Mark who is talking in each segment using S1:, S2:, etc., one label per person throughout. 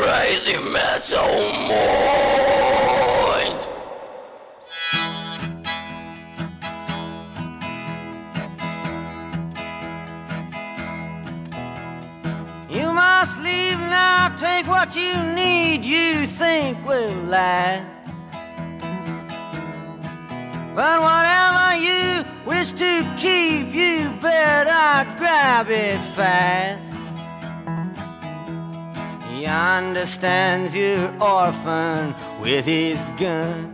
S1: Crazy Metal Mind.
S2: You must leave now, take what you need, you think will last. But whatever you wish to keep, you better grab it fast. He understands your orphan with his gun.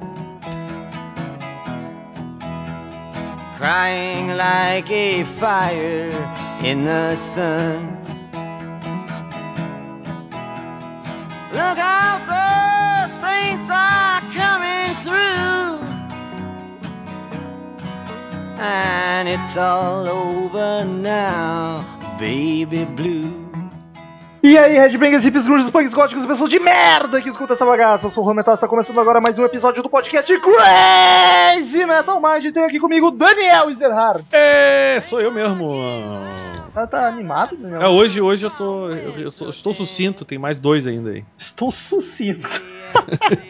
S2: Crying like a fire in the sun. Look out, the saints are coming through. And it's all over now, baby blue.
S3: E aí, Redbangers, hips, grunges, punks, góticos, pessoas de merda que escuta essa bagaça. Eu sou o Rô Metal, está começando agora mais um episódio do podcast Crazy Metal Mind. Tenho aqui comigo o Daniel Ezerhard.
S4: É, sou eu mesmo.
S3: Tá, tá animado, Daniel?
S4: É, hoje, hoje eu tô. Eu, eu tô- estou sucinto, tem mais dois ainda aí.
S3: Estou sucinto.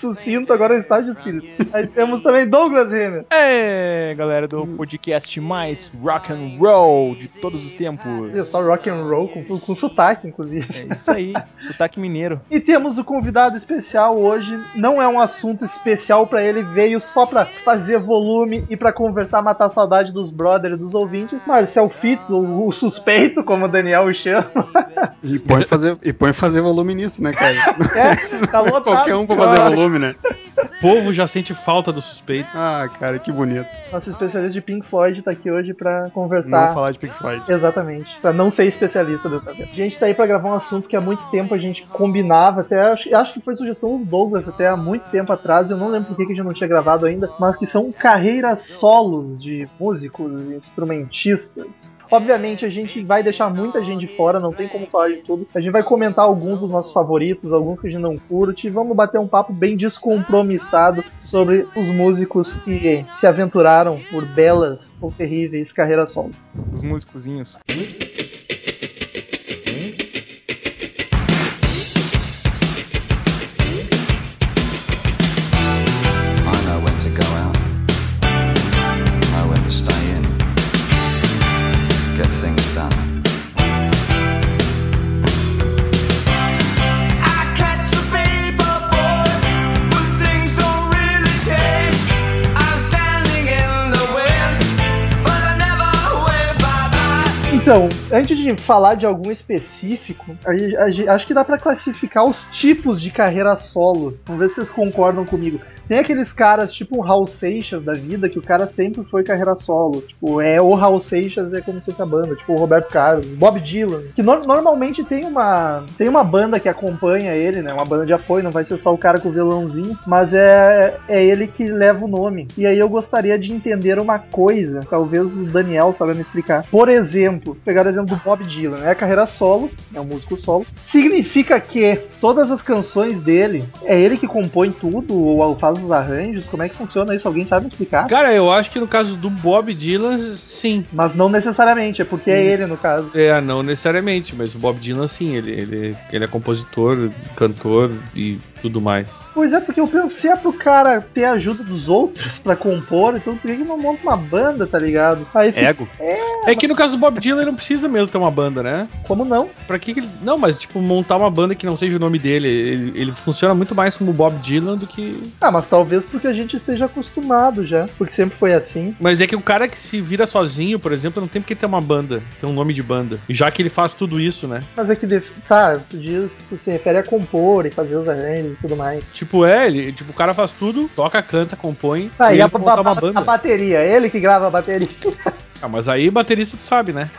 S3: sucinto agora é o estágio de espírito. Aí temos também Douglas Renner.
S5: É, galera do podcast mais rock and roll de todos os
S3: Olha
S5: tempos.
S3: Só rock and roll com, com sotaque, inclusive.
S5: É isso aí, sotaque mineiro.
S3: E temos o convidado especial hoje. Não é um assunto especial pra ele, veio só pra fazer volume e pra conversar, matar a saudade dos brothers, dos ouvintes. Marcel Fitz, o, o suspeito, como o Daniel o chama.
S6: E põe fazer, e põe fazer volume nisso, né, cara?
S3: É, tá lotado.
S6: Qualquer um pra fazer volume, né?
S4: O povo já sente falta do suspeito.
S6: Ah, cara, que bonito.
S3: Nosso especialista de Pink Floyd tá aqui hoje pra
S6: Não
S7: Tá.
S3: conversar.
S6: falar de Pink Floyd.
S3: Exatamente, pra não ser especialista dessa vez. A gente tá aí pra gravar um assunto que há muito tempo a gente combinava, até acho, acho que foi sugestão do Douglas até há muito tempo atrás, eu não lembro por que que a gente não tinha gravado ainda, mas que são carreiras solos de músicos e instrumentistas. Obviamente a gente vai deixar muita gente fora, não tem como falar de tudo. A gente vai comentar alguns dos nossos favoritos, alguns que a gente não curte, e vamos bater um papo bem descompromissado sobre os músicos que se aventuraram por belas ou terríveis carreiras solos.
S5: Os músicozinhos.
S1: I know when to go out. I know when to stay in. Get things done.
S3: Então, antes de falar de algum específico, a gente- a gente- acho que dá pra classificar os tipos de carreira solo. Vamos ver se vocês concordam comigo. Tem aqueles caras tipo o Hal Seixas da vida, que o cara sempre foi carreira solo. Tipo, é o Hal Seixas é como se fosse a banda, tipo o Roberto Carlos, Bob Dylan. Que no- normalmente tem uma, tem uma banda que acompanha ele, né? Uma banda de apoio, não vai ser só o cara com o violãozinho, mas é, é ele que leva o nome. E aí eu gostaria de entender uma coisa, talvez o Daniel saiba me explicar. Por exemplo, pegar o exemplo do Bob Dylan, é carreira solo, é um músico solo. Significa que todas as canções dele, é ele que compõe tudo, ou faz os arranjos, como é que funciona isso? Alguém sabe me explicar?
S4: Cara, eu acho que no caso do Bob Dylan, sim.
S3: Mas não necessariamente, é porque é ele no caso.
S4: É, não necessariamente, mas o Bob Dylan, sim, ele, ele, ele é compositor, cantor e tudo mais.
S3: Pois é, porque eu pensei é pro cara ter a ajuda dos outros pra compor, então por que que não monta uma banda, tá ligado? Aí fica,
S6: Ego?
S4: É que no caso do Bob Dylan, ele não precisa mesmo ter uma banda, né?
S3: como não?
S4: Pra que, que ele. Não, mas tipo, montar uma banda que não seja o nome dele. Ele, ele funciona muito mais como Bob Dylan do que
S3: Ah, mas talvez porque a gente esteja acostumado já, porque sempre foi assim.
S4: Mas é que o cara que se vira sozinho, por exemplo, não tem porque ter uma banda, ter um nome de banda. E Já que ele faz tudo isso, né?
S3: Mas é que, def- tá, tu diz, tu se refere a compor e fazer os arranjos e tudo mais.
S4: Tipo, é, ele, tipo, o cara faz tudo, toca, canta, compõe,
S3: Tá,
S4: e
S3: e
S4: ele
S3: a,
S4: monta
S3: a-
S4: uma
S3: a-
S4: banda.
S3: a bateria, ele que grava a bateria.
S4: Ah, mas aí baterista tu sabe, né?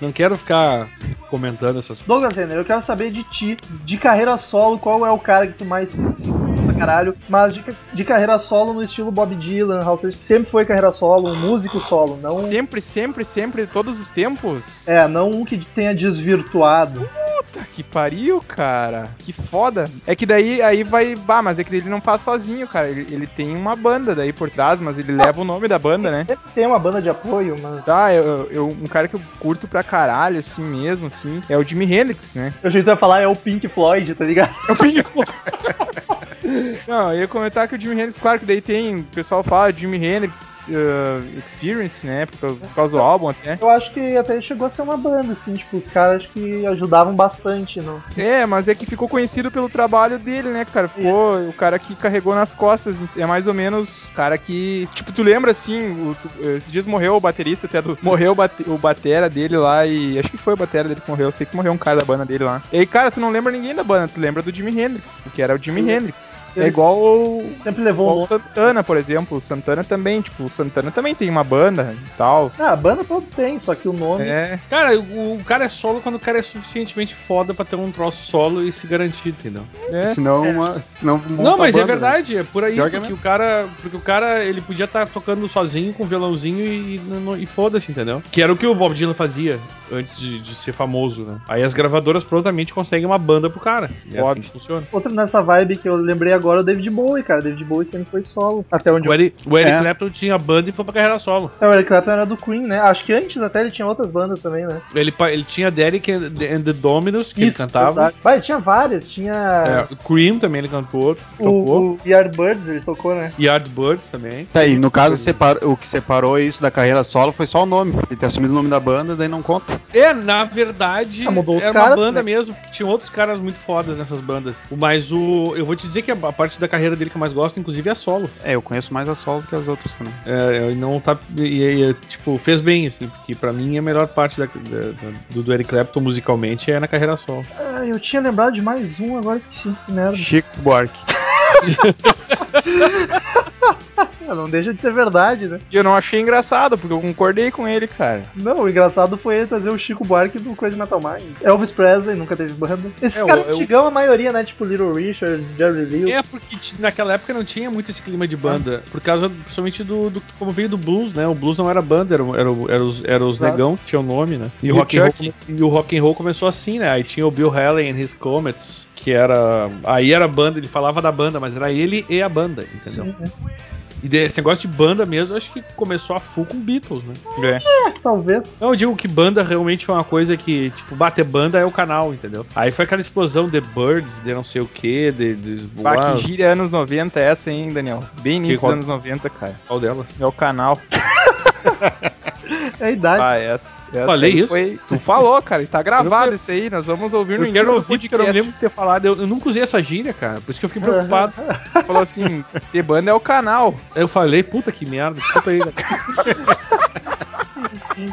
S4: não quero ficar comentando essas
S3: Douglas Renner, eu quero saber de ti, de carreira solo, qual é o cara que tu mais curte pra caralho, mas de, de carreira solo no estilo Bob Dylan, Hal Seixas, sempre foi carreira solo, um músico solo, não...
S5: Sempre, sempre, sempre, todos os tempos.
S3: É, não um que tenha desvirtuado.
S5: Puta, que pariu, cara. Que foda. É que daí aí vai. Bah, mas é que ele não faz sozinho, cara. Ele, ele tem uma banda daí por trás, mas ele leva o nome da banda, né?
S3: Sempre tem uma banda de apoio, mas.
S5: Tá, eu, eu- um cara que eu curto pra caralho, assim mesmo, assim, é o Jimi Hendrix, né?
S3: Eu achei que tu ia falar, é o Pink Floyd, tá ligado?
S5: É o Pink Floyd. Não, eu ia comentar que o Jimi Hendrix, claro que daí tem. O pessoal fala Jimi Hendrix eh, Experience, né? Por, por causa do álbum até.
S3: Eu acho que até chegou a ser uma banda, assim, tipo, os caras acho que ajudavam bastante, não?
S5: É, mas é que ficou conhecido pelo trabalho dele, né, cara? Ficou o cara que carregou nas costas. É mais ou menos o cara que. Tipo, tu lembra assim, o, tu- esses dias morreu o baterista até do. Morreu o, bate- o batera dele lá e. Acho que foi o batera dele que morreu. Eu sei que morreu um cara da banda dele lá. E aí, cara, tu não lembra ninguém da banda, tu lembra do Jimi Hendrix, porque era o Jimi Hendrix. É
S3: Eles-
S5: igual o.
S3: Sempre levou
S5: Igual
S3: um
S5: Tipo, o Santana, por exemplo. O Santana também, tipo, o Santana também tem uma banda e tal.
S3: Ah, banda todos têm, só que o nome.
S5: É.
S7: Cara, o, o cara é solo quando o cara é suficientemente foda pra ter um troço solo e se garantir, entendeu?
S5: É.
S6: Senão, uma, senão monta
S7: Não, mas é
S6: a banda, né?
S7: verdade, é por aí,
S6: Pior que é
S7: porque o cara, porque o cara, ele podia estar tocando sozinho com violãozinho e, e não- e foda-se, entendeu? Que era o que o Bob Dylan fazia antes de, de ser famoso, né? Aí as gravadoras prontamente conseguem uma banda pro cara. E é
S5: Foda.
S7: assim que funciona.
S3: Outro nessa vibe que eu lembrei agora é o David Bowie, cara. David Bowie sempre foi solo. Até onde
S7: O Eric, o Eric
S6: É.
S7: Clapton tinha banda e foi pra carreira solo.
S3: É, o Eric Clapton era do Queen, né? Acho que antes até ele tinha outras bandas também, né?
S7: Ele, pa- ele tinha Derek and the- and the Dominos, que ele cantava.
S3: verdade. Vai, tinha várias. Tinha
S7: É, Cream também ele cantou, tocou.
S3: o, o Yardbirds, ele tocou, né?
S7: Yardbirds também.
S6: Tá, e no caso, separa- o que separou é isso da carreira solo foi só o nome. Ele ter assumido o nome da banda, daí não conta.
S7: É, na verdade,
S3: Ah, mudou os
S7: era uma
S3: caras,
S7: banda
S3: né?
S7: mesmo, que tinha outros caras muito fodas nessas bandas. Mas o. Eu vou te dizer que a, a parte da carreira dele que eu mais gosto, inclusive, é solo.
S6: É, eu conheço mais a solo que as outras também.
S7: É, ele não tá. E, e- e, tipo, fez bem, assim, porque pra mim a melhor parte da- da- da- do, do Eric Clapton musicalmente é na carreira solo.
S3: Ah, eu tinha lembrado de mais um, agora esqueci. Que
S7: É.
S3: merda.
S6: Chico Buarque.
S3: Ah, não deixa de ser verdade, né?
S5: E eu não achei engraçado, porque eu concordei com ele, cara.
S3: Não, o engraçado foi ele trazer o Chico Buarque do Coisa de Natal Mind. Elvis Presley nunca teve banda. Esses
S7: É, o-
S3: caras
S7: é o-
S3: antigão, a maioria, né? Tipo Little Richard, Jerry Lewis.
S7: É, porque t- naquela época não tinha muito esse clima de banda. Por causa, principalmente do, do- Como veio do blues, né? O blues não era banda, era, era, o- era os, era os
S3: Claro.
S7: negão que tinha o nome, né? E,
S5: E
S7: o
S5: o
S7: rock and roll,
S5: Chuck.
S7: come- e o rock and roll começou assim, né? Aí tinha o Bill Haley and his Comets, que era. Aí era a banda, ele falava da banda, mas era ele e a banda, entendeu?
S3: Sim, né?
S7: E desse negócio de banda mesmo, eu acho que começou a full com Beatles, né?
S5: É.
S3: É, talvez.
S7: Não, eu digo que banda realmente foi uma coisa que, tipo, bater banda é o canal, entendeu? Aí foi aquela explosão de Birds, de não sei o quê, de. de
S5: Pá,
S7: Uau,
S5: que gira anos 90 essa, hein, Daniel? Bem início dos
S7: roda.
S5: anos 90, cara.
S7: qual delas?
S5: É o canal.
S3: É a idade.
S5: Ah, essa, essa
S7: Falei
S5: aí
S7: isso?
S5: foi... Tu falou, cara. E tá gravado isso aí. Nós vamos ouvir no
S7: Eu
S5: início
S7: quero
S5: do
S7: ouvir, porque eu não
S5: podcast.
S7: lembro de ter falado. Eu, eu nunca usei essa gíria, cara. Por isso que eu fiquei preocupado.
S5: Tu falou assim, The Banda é o canal.
S7: eu falei, puta que merda, desculpa aí. né? cara. não
S3: Eu-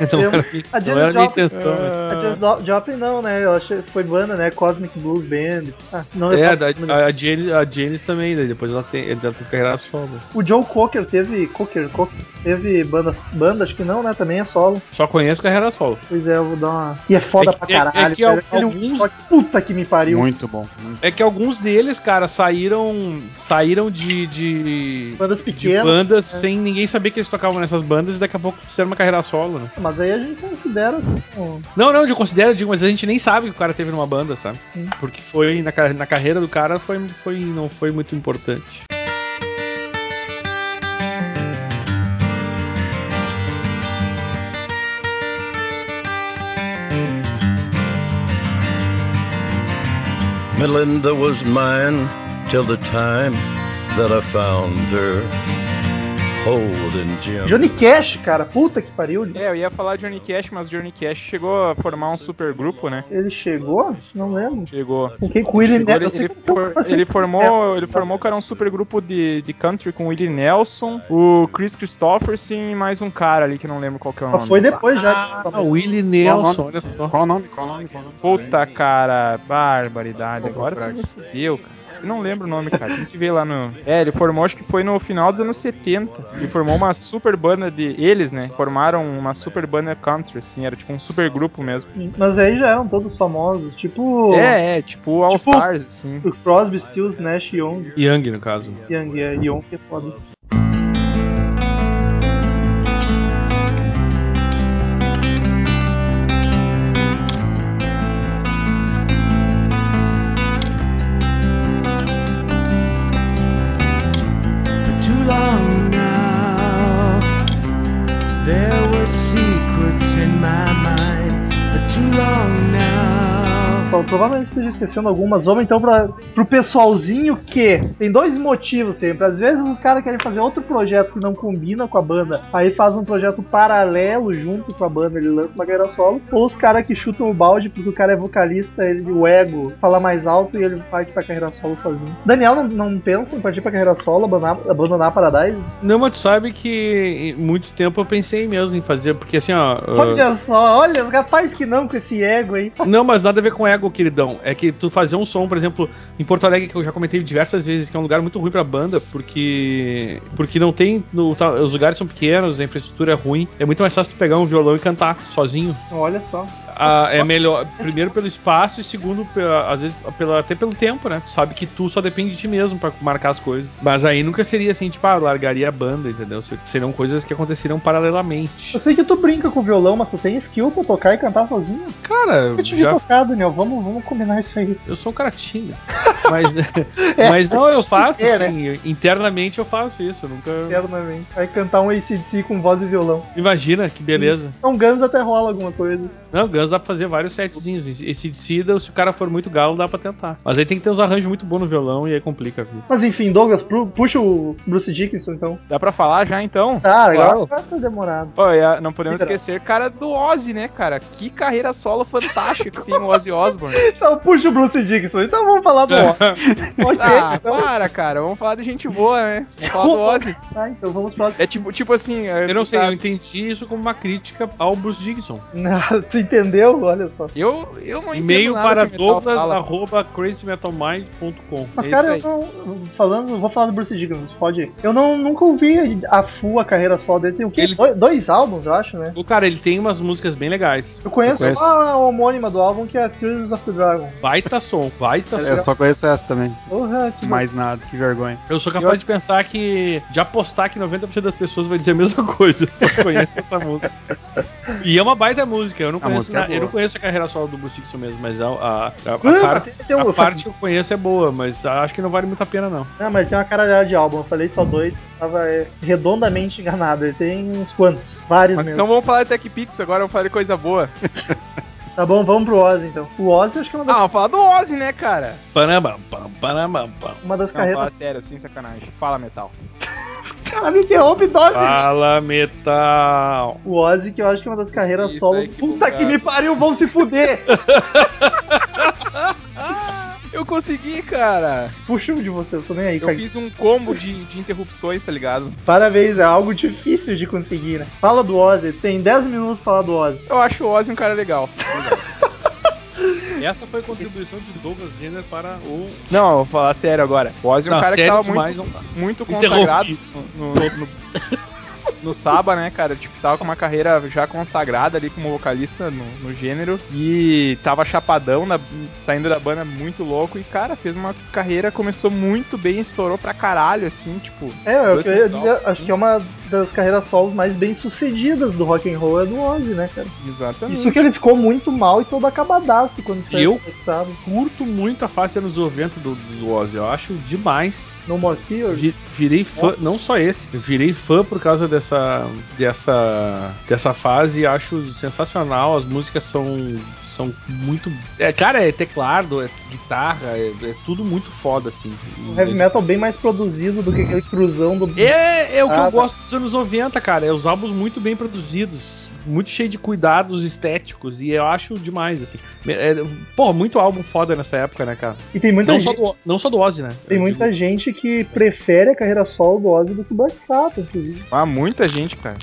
S7: Então, era, mi-
S3: a
S7: não era
S3: Janis
S7: minha
S3: Joplin,
S7: intenção. né?
S3: a Janis Jo- Joplin não, né? Eu achei, foi banda, né? Cosmic Blues Band. Ah, não,
S7: É,
S3: eu
S7: da-
S3: tava-
S7: a, a, Janis, a Janis também, né? Depois ela tem, ela tem carreira solo.
S3: O Joe Cocker teve. Cocker, Cocker teve banda, banda, acho que não, né? Também é solo.
S7: Só conheço carreira solo.
S3: Pois é, eu vou dar uma. E é foda
S7: É que-
S3: pra
S7: é- é
S3: caralho.
S7: que
S3: cara.
S7: al-
S3: Aquele
S7: alguns-
S3: Woodstock, puta que me pariu.
S6: Muito bom. muito.
S7: É que alguns deles, cara, saíram saíram de, de,
S3: Bandas
S7: de
S3: pequenas.
S7: bandas sem ninguém saber que eles tocavam nessas bandas e daqui a pouco fizeram uma carreira solo, né?
S3: Mas aí a gente considera. um-
S7: Não, não, eu considero, eu digo, mas a gente nem sabe que o cara teve numa banda, sabe?
S3: Sim.
S7: Porque foi na, ca- na carreira do cara foi, foi não foi muito importante.
S8: Melinda was mine till the time that I found her holding Jim.
S3: Johnny Cash, cara. Puta que pariu.
S5: É, eu ia falar Johnny Cash, mas Johnny Cash chegou a formar um super grupo, né?
S3: Ele chegou? Não lembro.
S5: Chegou.
S3: Com quem? Com o Willie
S5: Chegou,
S3: Nelson.
S5: ele,
S3: Eu sei
S5: ele
S3: que eu
S5: for-
S3: sei
S5: ele
S3: que- É.
S5: formou, ele formou, cara, um super grupo de, de country com o Willie Nelson, o Chris Christopherson e mais um cara ali que eu não lembro qual que é o
S3: Só
S5: nome.
S3: Foi depois já.
S7: Ah, Willie
S3: É
S6: Nelson,
S7: Nelson, olha só.
S6: Qual o nome? Qual o nome? Qual o nome?
S5: Puta, cara, barbaridade. Agora tu me fudeu, cara. Eu não lembro o nome, cara. Tem que ver lá no. É, ele formou, acho que foi no final dos anos 70. Ele formou uma super banda de. Eles, né? Formaram uma super banda country, assim. Era tipo um super grupo mesmo.
S3: Mas aí já eram todos famosos. Tipo.
S5: É, é, tipo All
S3: Tipo-
S5: Stars, assim.
S3: O Crosby, Stills, Nash, Young.
S7: Young, no caso.
S3: Young, é, Young que é foda. Paulo. Provavelmente esteja esquecendo algumas. Vamos então pra, pro pessoalzinho que tem dois motivos sempre. Às vezes os caras querem fazer outro projeto que não combina com a banda. Aí faz um projeto paralelo junto com a banda, ele lança uma carreira solo. Ou os caras que chutam o balde porque o cara é vocalista, ele o ego fala mais alto e ele parte pra carreira solo sozinho. Daniel não, não pensa em partir pra carreira solo, abandonar, abandonar Paradise?
S7: Não, mas tu sabe que em muito tempo eu pensei mesmo em fazer, porque assim, ó. uh,
S3: Olha só, olha, rapaz que não com esse ego aí.
S7: Não, mas nada a ver com ego, queridão. É que tu fazer um som, por exemplo, em Porto Alegre, que eu já comentei diversas vezes, que é um lugar muito ruim pra banda, porque. Porque não tem. no- tá- os lugares são pequenos, a infraestrutura é ruim. É muito mais fácil tu pegar um violão e cantar sozinho.
S3: Olha só.
S7: Ah, é melhor, primeiro pelo espaço e segundo, pela- às vezes, pela, até pelo tempo, né? Tu sabe que tu só depende de ti mesmo pra marcar as coisas. Mas aí nunca seria assim, tipo, ah, largaria a banda, entendeu? Se- Seriam coisas que aconteceriam paralelamente.
S3: Eu sei que tu brinca com o violão, mas tu tem skill pra tocar e cantar sozinho?
S7: Cara,
S3: Eu te vi
S7: já
S3: tocar, Daniel. Vamos, vamos combinar isso aí.
S7: Eu sou um cara tímido. Mas, mas não, eu faço,
S3: É, né? É.
S7: assim, eu- internamente eu faço isso. eu nunca.
S3: Eternamente. Vai cantar um ACDC com voz e violão.
S7: Imagina, que beleza.
S3: Então Guns até rola alguma coisa.
S7: Não, Guns dá pra fazer vários setzinhos. Esse decida, se o cara for muito galo, dá pra tentar. Mas aí tem que ter uns arranjos muito bons no violão e aí complica, viu?
S3: Mas enfim, Douglas, pru- puxa o Bruce Dickinson então.
S5: Dá pra falar já então?
S3: Ah, agora
S5: Claro.
S3: tá demorado.
S5: Ó, e a- não podemos
S3: Liberado.
S5: esquecer, cara, do Ozzy, né, cara? Que carreira solo fantástica que tem o Ozzy Osbourne.
S3: Então puxa o Bruce Dickinson. Então vamos falar do Ozzy. ok.
S5: Ah,
S3: então,
S5: para, cara. Vamos falar de gente boa, né? Vamos falar do Ozzy.
S3: tá, então vamos pro próximo.
S5: É tipo, tipo assim...
S7: Eu não sei, eu entendi isso como uma crítica ao Bruce Dickinson.
S3: tu entendeu? Olha só.
S5: Eu, eu não entendo
S7: E-mail
S5: nada
S7: para
S5: que o metal
S7: douglas,
S5: fala.
S7: arroba, crazymetalmind.com.
S3: Mas,
S5: É
S3: cara, eu
S5: isso
S3: não. Falando, eu vou falar do Bruce Dickinson, pode ir. Eu não, nunca ouvi a full a carreira só dele. Tem o quê?
S7: Ele-
S3: Dois, dois álbuns, eu acho, né?
S7: O cara, ele tem umas músicas bem legais.
S3: Eu conheço,
S6: Eu conheço.
S3: só a homônima do álbum, que é Tears of the Dragon.
S7: Baita som, baita
S6: Eu
S7: som.
S6: Tá É, só conheço essa também.
S3: Porra, que
S6: Mais nada, que vergonha.
S7: Eu sou capaz de pensar que. De apostar que 90% das pessoas vai dizer a mesma coisa. Só conhece essa música. E é uma baita música. Eu não,
S6: A
S7: conheço,
S6: música é
S7: na- eu
S6: boa.
S7: não conheço a carreira solo do Bruce Dickinson mesmo, mas a, a, a- a
S3: Ah,
S7: parte,
S3: tem- tem um-
S7: a parte que eu conheço é boa, mas acho que não vale muito a pena, não.
S3: Não, mas ele tem uma caralhada de álbum. Eu falei só dois, tava é, redondamente enganado. Ele tem uns quantos, vários
S5: Mas
S3: mesmo.
S5: então vamos falar de Tech Pix agora, vamos falar de coisa boa.
S3: Tá bom, vamos pro Ozzy então. O Ozzy acho que é uma das,
S5: Ah, vamos falar do Ozzy, né, cara?
S7: Panamam, pam, panamam, pam.
S3: uma das
S5: Não, fala
S3: carreiras.
S5: sério, sem sacanagem. Fala, metal.
S3: Cara, me interrompe, Dodge!
S5: Ah.
S7: Fala metal!
S3: O Ozzy, que eu acho que é uma das carreiras
S5: isso
S3: solo.
S5: aí, que
S3: Puta
S5: bugado.
S3: que me pariu, vão se fuder!
S5: Eu consegui, cara.
S3: Puxa um de vocês, tô nem aí,
S5: Eu
S3: cara.
S5: fiz um combo de, de interrupções, tá ligado?
S3: Parabéns, é algo difícil de conseguir, né? Fala do Ozzy, tem 10 minutos pra falar do Ozzy.
S5: Eu acho o Ozzy um cara legal.
S7: Essa foi a contribuição de Douglas Renner para o.
S5: Não, eu vou falar sério agora. O Ozzy é um
S7: Não,
S5: cara que
S7: sério
S5: tava muito,
S7: demais, não-
S5: muito
S7: Interrompi.
S5: consagrado no, no, no, no Saba, né, cara? Tipo, tava com uma carreira já consagrada ali como vocalista no, no gênero. E tava chapadão, na- saindo da banda muito louco. E, cara, fez uma carreira, começou muito bem, estourou pra caralho, assim, tipo.
S3: É, eu,
S5: Dois
S3: eu ia
S5: minutos
S3: dizer,
S5: altos,
S3: acho
S5: sim.
S3: que é uma das carreiras solos mais bem sucedidas do rock and roll é do Ozzy, né, cara?
S5: Exatamente.
S3: Isso que ele ficou muito mal e todo acabadaço quando saiu
S7: Eu?
S3: do Black Sabbath.
S7: Curto muito a face anos 90 do, do Ozzy. Eu acho demais.
S3: No More Fears.
S7: Vi- virei fã, não só esse, eu virei fã por causa dessa dessa dessa fase, acho sensacional, as músicas são são muito, é, cara, é teclado, é guitarra, é, é tudo muito foda assim.
S3: Um heavy metal bem mais produzido do que aquele cruzão do.
S7: É, é o que
S3: Ah, tá.
S7: eu gosto dos anos 90, cara, é os álbuns muito bem produzidos, muito cheio de cuidados estéticos e eu acho demais assim. É, pô, muito álbum foda nessa época, né, cara?
S3: E tem muita,
S7: Não só
S3: gente,
S7: do, não só do Ozzy, né?
S3: tem
S7: Eu
S3: muita
S7: digo-
S3: gente que prefere a carreira solo do Ozzy do que o Black Sabbath, inclusive.
S5: Ah, muita gente, cara.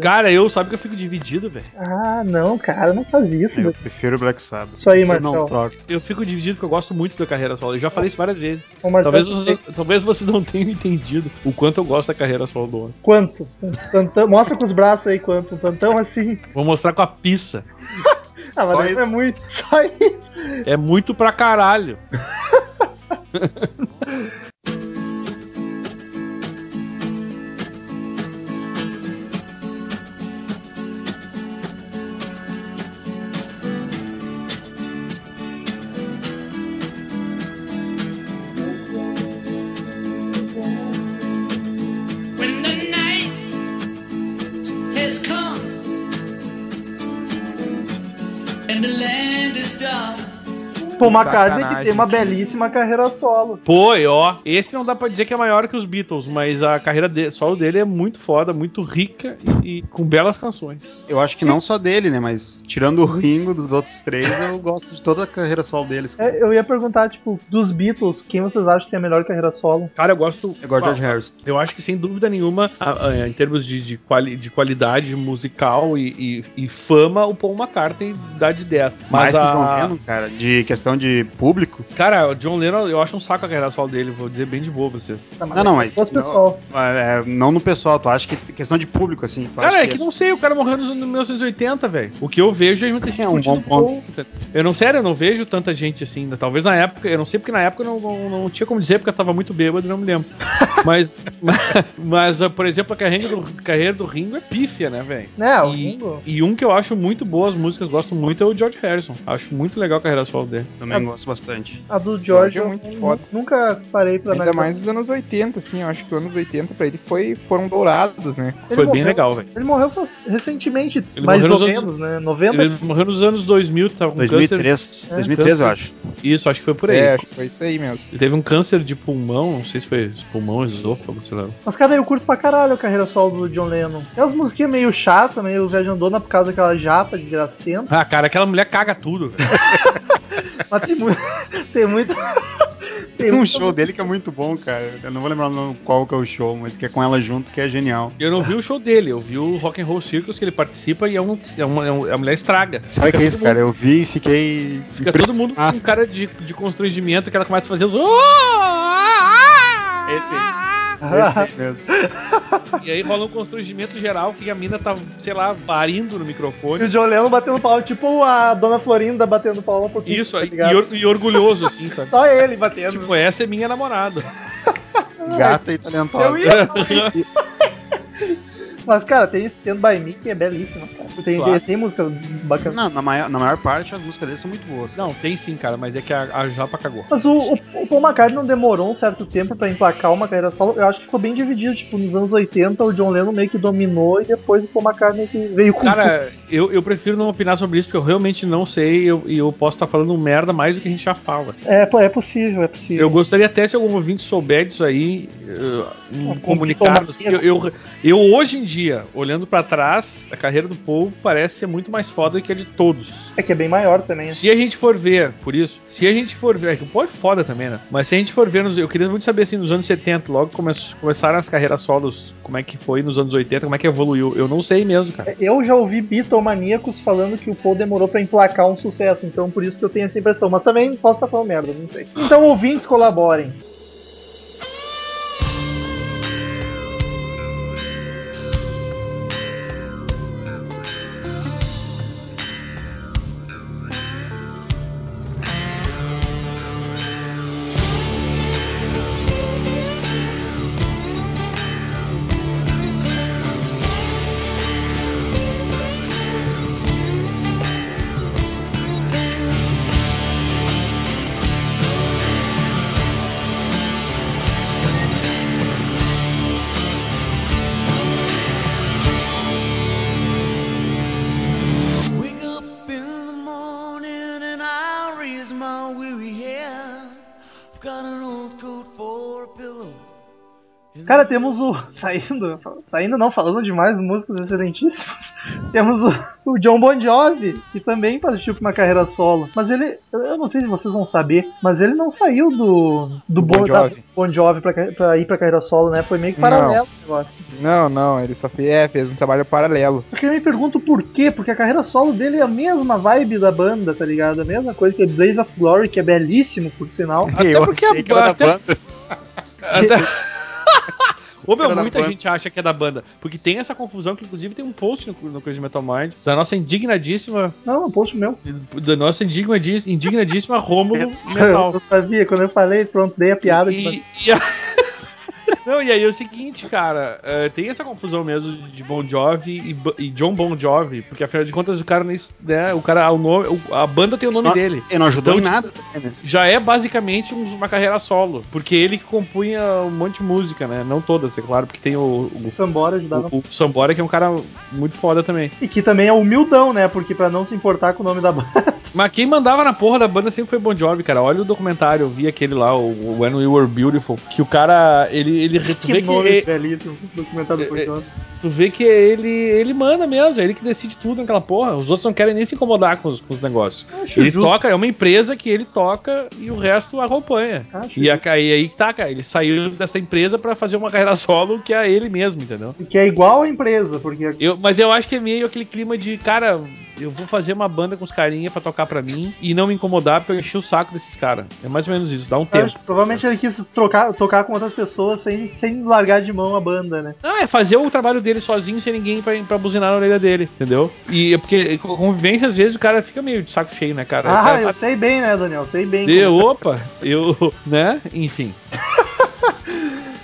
S7: Cara, eu sabe que eu fico dividido, velho.
S3: Ah, não, cara, não faz isso.
S6: Eu
S3: velho.
S6: prefiro Black Sabbath.
S3: Isso aí,
S6: Eu não
S3: Marcel.
S6: troco.
S7: Eu fico dividido porque eu gosto muito da carreira solo. Eu já falei isso várias vezes.
S3: Ô, Marcel,
S7: Talvez
S3: você
S7: vocês,
S3: tem
S7: talvez vocês não tenham entendido o quanto eu gosto da carreira solo do Ozzy.
S3: Quanto? Um tantão- Mostra com os braços aí quanto. Um tantão assim.
S7: Vou mostrar com a pizza.
S3: Ah,
S6: Só
S3: mas isso é
S6: isso.
S3: muito. Só isso.
S7: É muito pra caralho.
S2: When the night has come and the land is dark
S3: Paul McCartney que tem uma
S5: sacanagem,
S3: belíssima carreira solo.
S7: Pô, e ó, esse não dá pra dizer que é maior que os Beatles, mas a carreira de- solo dele é muito foda, muito rica e, e com belas canções.
S6: Eu acho que não só dele, né? Mas tirando o Ringo dos outros três, eu gosto de toda a carreira solo deles.
S3: É, eu ia perguntar, tipo, dos Beatles, quem vocês acham que tem a melhor carreira solo?
S7: Cara, eu gosto.
S6: Eu gosto de É George Harris.
S7: Eu acho que sem dúvida nenhuma, a- a- em termos de, de quali- de qualidade musical e, e- e fama, o Paul McCartney dá de 10. Mas
S6: Mais que o John
S7: a,
S6: Lennon, cara, de questão de público.
S7: cara, o John Lennon, eu acho um saco a carreira solo dele, vou dizer bem de boa pra vocês.
S6: Não, não, mas.
S3: Mas,
S6: Não,
S3: pessoal,
S6: é, não no pessoal, tu acha que questão de público, assim. tu
S7: Cara,
S6: acha
S7: é que não sei, o cara morreu nos anos 1980, velho. O que eu vejo é muita gente
S6: É um
S7: curtindo
S6: bom ponto.
S7: Paul. Eu não, sério, eu não vejo tanta gente assim ainda. Talvez na época, eu não sei porque na época eu não, não, não tinha como dizer, porque eu tava muito bêbado e não me lembro. Mas, mas, mas, ah, por exemplo, a carreira do, carreira do Ringo é pífia, né, velho?
S3: né, o
S7: E,
S3: Ringo...
S7: e um que eu acho muito boa, as músicas gosto muito, é o George Harrison. Acho muito legal a carreira solo dele.
S6: Também gosto bastante.
S3: A do George,
S5: George é
S3: eu
S5: muito
S3: nu-
S5: foda.
S3: nunca parei pra
S5: Ainda
S3: analisar.
S5: mais os anos 80, assim, eu acho que os anos 80 pra ele foi, foram dourados, né?
S3: Ele
S7: Foi
S3: morreu-
S7: bem legal, velho.
S3: Ele morreu faz- recentemente,
S7: Ele
S3: mais
S7: morreu
S3: ou
S7: nos
S3: menos,
S7: anos-
S3: né? 90?
S7: Ele morreu nos anos 2000, tava com câncer.
S6: 2003,
S3: É,
S6: 2003 eu acho.
S7: Isso, acho que foi por aí.
S5: É, acho que foi isso aí mesmo.
S7: Ele teve um câncer de pulmão, não sei se foi pulmão, esôfago, sei lá.
S3: Mas, cara, eu curto pra caralho a carreira solo do John Lennon. Tem umas musiquinhas meio chata, meio viajandona por causa daquela japa de gracento.
S7: Ah, cara, aquela mulher caga tudo. velho.
S3: Mas tem muito. tem muito.
S6: Tem um show dele que é muito bom, cara. Eu não vou lembrar o nome- qual que é o show, mas que é com ela junto, que é genial.
S7: Eu não vi o show dele, eu vi o Rock and Roll Circus que ele participa e é um, é uma, é um- a mulher estraga.
S6: Sabe o que é isso,
S7: todo mundo-
S6: cara? Eu vi e fiquei.
S7: Fica todo mundo com
S6: impressionado.
S7: cara de, de constrangimento que ela começa a fazer os. "Oh, ah, ah",
S6: Esse
S3: Ah!
S7: é
S6: aí. Esse aí mesmo.
S7: E aí rola um constrangimento geral que a mina tá, sei lá, parindo
S3: E
S7: no
S3: o
S7: microfone.
S3: John Lennon batendo pau, tipo a Dona Florinda batendo pau um pouquinho.
S7: Isso,
S3: tá
S7: aí,
S3: ligado?
S7: e, or- e orgulhoso, assim, sabe?
S3: Só ele batendo.
S7: Tipo, essa é minha namorada.
S6: Gata e
S3: eu
S6: talentosa.
S3: ia falar isso. Mas, cara, tem Stand By Me que é belíssima, cara. Tem,
S7: Claro.
S3: tem música bacana.
S6: Não, na maior, na maior parte as músicas dele são muito boas.
S7: Não, tem sim, cara, mas é que a, a Japa cagou.
S3: Mas o, o, o Paul McCartney não demorou um certo tempo pra emplacar uma carreira solo. Eu acho que ficou bem dividido. Tipo, nos anos 80 o John Lennon meio que dominou e depois o Paul McCartney que veio com
S7: Cara, eu, eu prefiro não opinar sobre isso, porque eu realmente não sei e eu, e eu posso estar falando merda mais do que a gente já fala.
S3: É, pô, é possível, é possível.
S7: Eu gostaria até se algum ouvinte souber disso aí, eh, um
S3: Não,
S7: comunicado.
S3: complicou,
S7: Eu, eu, eu, hoje em dia, olhando pra trás, a carreira do Paul parece ser muito mais foda que a de todos.
S3: É que é bem maior também.
S7: Se a gente for ver, por isso, se a gente for ver, é que o Paul é foda também, né? Mas se a gente for ver, nos- eu queria muito saber assim, nos anos 70, logo come, começaram as carreiras solos, como é que foi nos anos 80, como é que evoluiu. Eu não sei mesmo, cara.
S3: Eu já ouvi bitomaníacos falando que o Paul demorou pra emplacar um sucesso, então por isso que eu tenho essa impressão. Mas também posso estar falando merda, não sei. Então, ouvintes, colaborem.
S2: Wake up in the morning and I raise my weary head. I've got an old coat for a pillow.
S3: Cara, temos o. Saindo. Saindo não, falando de mais músicas excelentíssimas. Temos o, o John Bon Jovi, que também partiu pra uma carreira solo. Mas ele. Eu eu não sei se vocês vão saber, mas ele não saiu do. Do
S5: Bon
S3: Bon, da-
S5: Jovi.
S3: Bon Jovi pra, ca- pra ir pra carreira solo, né? Foi meio que paralelo o negócio.
S5: Não, não, ele só fez, é, fez um trabalho paralelo.
S3: Porque eu me pergunto por quê, porque a carreira solo dele é a mesma vibe da banda, tá ligado? A mesma coisa que é Blaze of Glory, que é belíssimo, por sinal.
S7: Até porque a-
S6: achei que era da
S7: até-
S6: banda.
S7: Até- Ô meu,
S6: Era da
S7: muita
S6: banda.
S7: gente acha que é da banda. Porque tem essa confusão que, inclusive, tem um post no, no Crazy Metal Mind da nossa indignadíssima.
S3: Não, é um post meu.
S7: Da nossa indignadíssima, indignadíssima Rômulo
S3: Eu
S7: Metal.
S3: sabia, quando eu falei, pronto, dei a piada.
S7: E, e a- Não, e aí é o seguinte, cara, eh, tem essa confusão mesmo de Bon Jovi e, Bo- e John Bon Jovi, porque afinal de contas o cara nem, né, o cara, o nome, o- a banda tem o nome
S6: Só-
S7: dele.
S6: Ele não ajudou
S7: Então,
S6: em nada também, né?
S7: Já é basicamente um- uma carreira solo, porque ele que compunha um monte de música, né? Não todas, é claro, porque tem o,
S3: O
S7: o,
S3: Sambora ajudava.
S7: o, o Sambora, que é um cara muito foda também.
S3: E que também é humildão, né? Porque pra não se importar com o nome da banda.
S7: Mas quem mandava na porra da banda sempre foi Bon Jovi, cara. Olha o documentário, eu vi aquele lá, o When We Were Beautiful, que o cara, ele, ele tu
S3: Que
S7: vê que,
S3: nome
S7: ele-
S3: belíssimo. Documentado por
S7: é-
S3: John.
S7: tu vê que é ele, ele manda mesmo, é ele que decide tudo naquela porra. Os outros não querem nem se incomodar com os, com os negócios.
S3: Acho
S7: Ele
S3: justo,
S7: toca, é uma empresa que ele toca e o resto acompanha.
S3: acho
S7: E, a, e aí que tá, cara, ele saiu dessa empresa pra fazer uma carreira solo que é ele mesmo, entendeu?
S3: Que é igual a empresa, porque
S7: Eu, mas eu acho que é meio aquele clima de, cara, eu vou fazer uma banda com os carinha pra tocar pra mim e não me incomodar pra eu encher o saco desses caras. É mais ou menos isso, dá um tempo.
S3: acho- provavelmente ele quis trocar, tocar com outras pessoas sem, sem largar de mão a banda, né?
S7: Ah, é fazer o trabalho dele sozinho, sem ninguém pra, pra buzinar na orelha dele, entendeu? E é porque com convivência, às vezes, o cara fica meio de saco cheio, né, cara? O
S3: Ah,
S7: cara
S3: eu
S7: fala,
S3: sei bem, né, Daniel? Sei bem.
S7: "Dê,
S3: como-
S7: opa, eu, né? Enfim.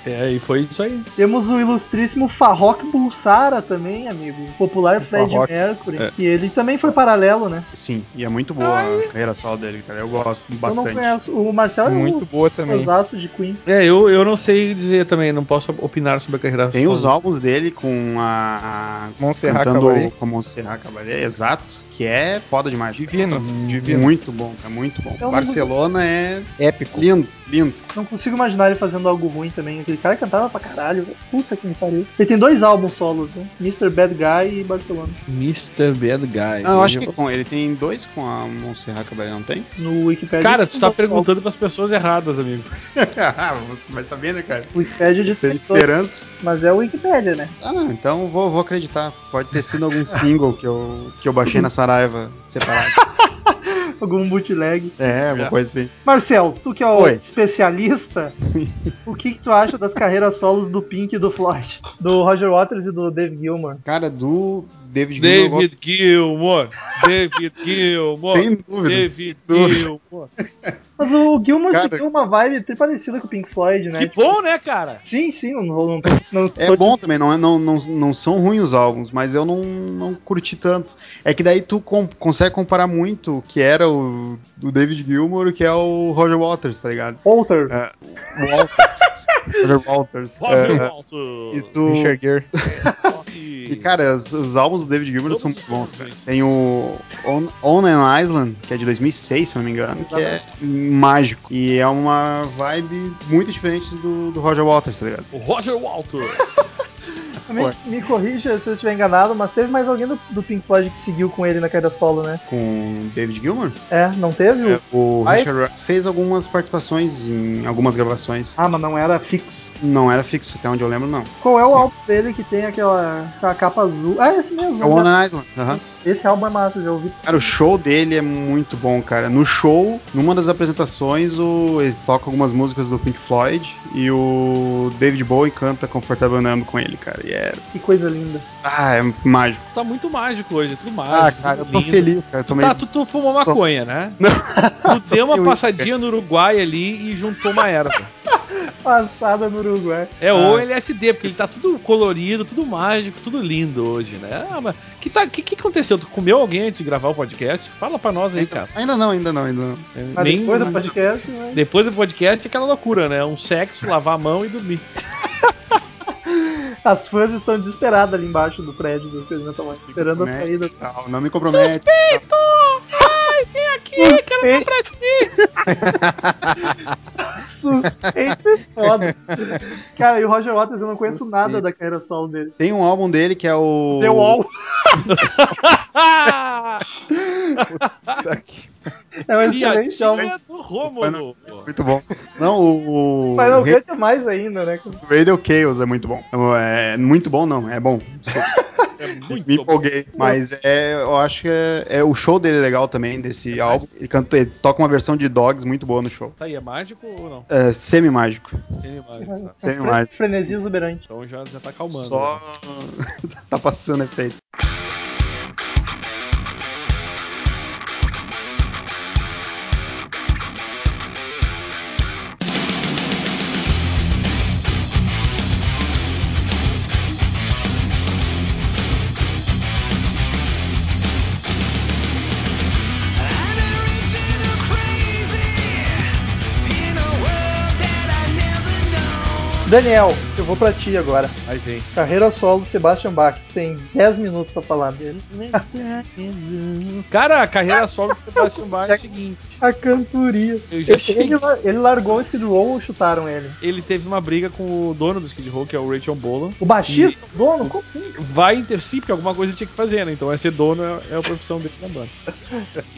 S7: É, e foi isso aí.
S3: Temos o ilustríssimo Farrock Bulsara também, amigo. O popular Fred
S6: Farrock,
S3: Mercury.
S7: é.
S3: E ele também foi paralelo, né?
S6: Sim, e é muito boa a carreira solo dele, cara. Eu gosto
S3: Eu não
S6: bastante.
S3: conheço. O Marcel
S7: Então,
S3: é
S5: Muito boa
S3: um
S5: também.
S3: osaço de Queen.
S7: É, eu, eu não sei dizer também, não posso opinar sobre a carreira
S6: Tem
S7: solo.
S6: os álbuns dele com a. a-
S5: Montserrat
S6: cantando
S5: Caballé.
S6: com a Montserrat Caballé, exato. Que é foda demais. cara.
S5: Divino,
S6: Tá
S5: divino.
S6: Muito bom, é muito bom.
S3: É uma
S6: Barcelona é épico. Lindo, lindo.
S3: Não consigo imaginar ele fazendo algo ruim também. Aquele cara cantava pra caralho. velho. Puta que me pariu. Ele tem dois álbuns solos, né? Mr. Bad Guy e Barcelona.
S7: Mr. Bad Guy.
S6: Não, eu acho
S7: Veja
S6: que
S7: você.
S6: com, ele tem dois com a Montserrat Caballé, não tem?
S3: No Wikipedia.
S7: Cara, tu tá
S3: Não,
S7: perguntando pras pessoas erradas, amigo.
S6: Você vai saber, né, cara?
S3: O Wikipedia diz
S6: Sem
S3: que todos,
S6: esperança.
S3: mas é o Wikipedia, né?
S6: Ah, não, então vou, vou acreditar. Pode ter sido algum single que eu, que eu baixei na Saraiva separado.
S3: Algum bootleg.
S6: É, alguma coisa assim.
S3: Marcel, tu que é o
S6: Oi.
S3: especialista, o que, que tu acha das carreiras solos do Pink e do Floyd? Do Roger Waters e do Dave Gilmour?
S6: Cara, do David Gilmour, eu
S7: David Gilmour. David Gilmour.
S6: Sem dúvida,
S7: David
S6: sem dúvida.
S7: Gilmour.
S3: Mas o Gilmour
S6: Cara-
S3: tem uma vibe tri parecida com o Pink Floyd, né?
S7: Que bom, né, cara?
S3: Sim, sim, não, vou- não, tô- não tô-
S6: É bom também, não, é- não, não, não são ruins os álbuns, mas eu não, não curti tanto. É que daí tu com- consegue comparar muito o que era o, o David Gilmour e o que é o Roger Waters, tá ligado?
S3: Walter.
S6: O Walters. Roger Walters.
S7: Roger
S6: É, e
S7: Walters.
S6: tu...
S5: Richard Gere.
S6: E, cara, os, os álbuns do David Gilmour são muito bons, cara. Tem o On, On an Island, que é de 2006, se eu não me engano, que é mágico. E é uma vibe muito diferente do, do Roger Waters, tá ligado?
S7: O Roger Walters.
S3: Também me corrija se eu estiver enganado, mas teve mais alguém do, do Pink Floyd que seguiu com ele na carreira solo, né?
S6: Com o David Gilmour.
S3: É, não teve?
S6: É, o
S3: Ai.
S6: Richard Wright fez algumas participações em algumas gravações.
S3: Ah, mas não era fixo.
S6: Não era fixo, até onde eu lembro, não.
S3: Qual é o álbum dele que tem aquela, aquela capa azul? Ah, esse mesmo.
S6: É o On an Island. aham.
S3: Esse álbum é massa, já ouvi.
S6: Cara, o show dele é muito bom, cara. No show, numa das apresentações, o... ele toca algumas músicas do Pink Floyd e o David Bowie canta Comfortable Numb com ele, cara. E é...
S3: Que coisa linda.
S6: Ah, é mágico.
S7: Tá muito mágico hoje, é tudo mágico.
S6: Ah, cara, eu
S7: tudo
S6: tô
S7: lindo.
S6: feliz, cara. Eu tô meio...
S7: Tá, tu, tu fumou maconha, né? Tu deu uma passadinha no Uruguai ali e juntou uma erva.
S3: Passada no Uruguai.
S6: Ah.
S7: É o LSD, porque ele tá tudo colorido, tudo mágico, tudo lindo hoje, né? Ah, mas que, tá, que que aconteceu? Tu comeu alguém antes de gravar o podcast? Fala pra nós aí, cara.
S6: Ainda não, ainda não, ainda não.
S3: Mas
S7: Nem-
S3: depois do podcast, né?
S7: Depois do podcast é aquela loucura, né? Um sexo, lavar a mão e dormir.
S3: as fãs estão desesperadas ali embaixo do prédio do Presidente Amante, esperando a
S6: Né?
S3: saída.
S6: Não, não me compromete.
S3: Suspeito, suspeito é foda. Cara, e o Roger Waters, eu não conheço
S6: Suspeito.
S3: nada da carreira solo dele.
S6: Tem um álbum dele que é o...
S3: The Wall.
S7: Ah!
S3: É um
S7: e a
S3: excelente álbum.
S7: tia do Rômulo.
S6: Muito bom. Não, o...
S3: Mas não
S6: Ra-
S3: canta mais ainda, né?
S6: Radio Chaos é muito bom. É muito bom, não. É bom.
S7: É
S6: Me
S7: muito bom.
S6: empolguei. Mas é, eu acho que é, é o show dele é legal também, desse álbum. Ele, canta, ele toca uma versão de Dogs muito boa no show.
S7: Tá aí, é mágico ou não?
S6: É, semi-mágico.
S7: Sem imagem, tá.
S3: É um fre-
S6: Semi-mágico.
S3: frenesi exuberante.
S7: Então já, já tá calmando.
S6: Só
S7: né?
S6: tá passando efeito.
S3: Daniel, eu vou pra ti agora.
S7: Aí vem.
S3: Carreira solo Sebastian Bach. Tem 10 minutos pra falar dele.
S7: Cara, a
S3: Ah,
S7: carreira solo do Sebastian Bach é o seguinte.
S3: A cantoria.
S7: Eu já
S3: Ele-
S7: cheguei.
S3: Ele, ele largou o Skid Row ou chutaram ele?
S7: Ele teve uma briga com o dono do Skid Row, que é o Rachel Bolan.
S3: O baixista? o dono?
S7: é
S3: Como assim?
S7: Vai inter... Sim, porque alguma coisa tinha que fazer, né? Então é ser dono é, é a profissão dele na banda.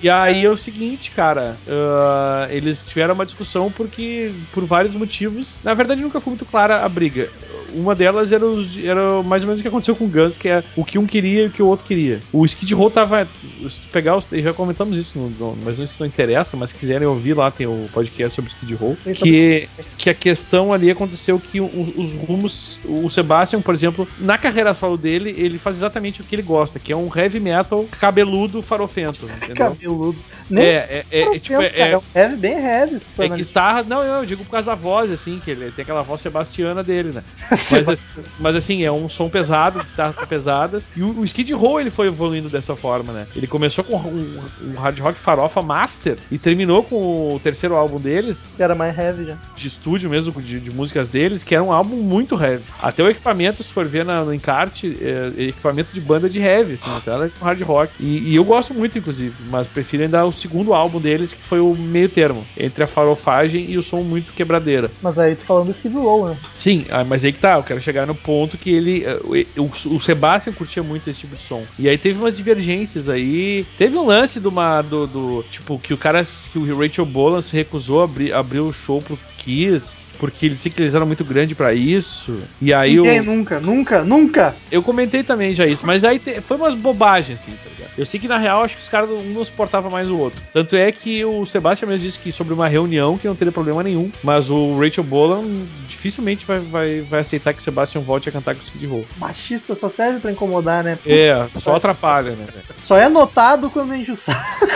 S7: E aí é o seguinte, cara. ah, eles tiveram uma discussão porque, por vários motivos. Na verdade, nunca foi muito clara a briga. Uma delas era, os- era mais ou menos o que aconteceu com o Guns, que é o que um queria e o que o outro queria. O Skid Row tava. Se tu pegar os. Já comentamos isso, no, no- mas isso não interessa, mas se quiserem ouvir lá, tem o podcast sobre o Skid Row.
S3: Tem
S7: Que, que a questão ali aconteceu que o- os rumos. O Sebastian, por exemplo, na carreira solo dele, ele faz exatamente o que ele gosta, que é um heavy metal cabeludo farofento, entendeu?
S3: Cabeludo.
S7: É,
S3: Nem
S7: é, é, é, tipo, é,
S3: cara, é um heavy, bem heavy. se tu
S7: é
S3: analisar.
S7: guitarra, não, eu digo por causa da voz, assim, que ele tem aquela voz sebastiana dele, né? Mas, assim- mas assim, é um som pesado, de guitarras pesadas. E o, o Skid Row ele foi evoluindo dessa forma, né? Ele começou com um, um hard rock farofa master e terminou com o terceiro álbum deles,
S3: que era mais heavy já.
S7: de estúdio mesmo, de, de músicas deles, que era um álbum muito heavy. Até o equipamento, se for ver na- no encarte, é, é equipamento de banda de heavy, assim, até era com hard rock. E, e eu gosto muito, inclusive, mas prefiro ainda o segundo álbum deles, que foi o meio termo, entre a farofagem e o som muito quebradeira.
S3: Mas aí tu falando do Skid Row, né?
S7: Sim, ah, mas aí que tá, eu quero chegar no ponto que ele. eh, O, o- o Sebastian curtia muito esse tipo de som. E aí teve umas divergências aí. Teve um lance de uma. Do, do- tipo, que o cara. Que o Rachel Bolan se recusou a abrir, abrir o show pro Kiss. Porque ele disse que eles eram muito grandes pra isso. E aí o.
S3: Ninguém nunca, nunca, nunca.
S7: Eu comentei também já isso, mas aí te- foi umas bobagens, assim, tá ligado? Eu sei que na real acho que os caras um não suportava mais o outro. Tanto é que o Sebastian mesmo disse que sobre uma reunião que não teria problema nenhum, mas o Rachel Bolan dificilmente vai, vai, vai aceitar que o Sebastian volte a cantar com o Skid Row.
S3: Machista só serve pra incomodar, né?
S7: É, só atrapalha, né?
S3: Só é notado quando enche o saco.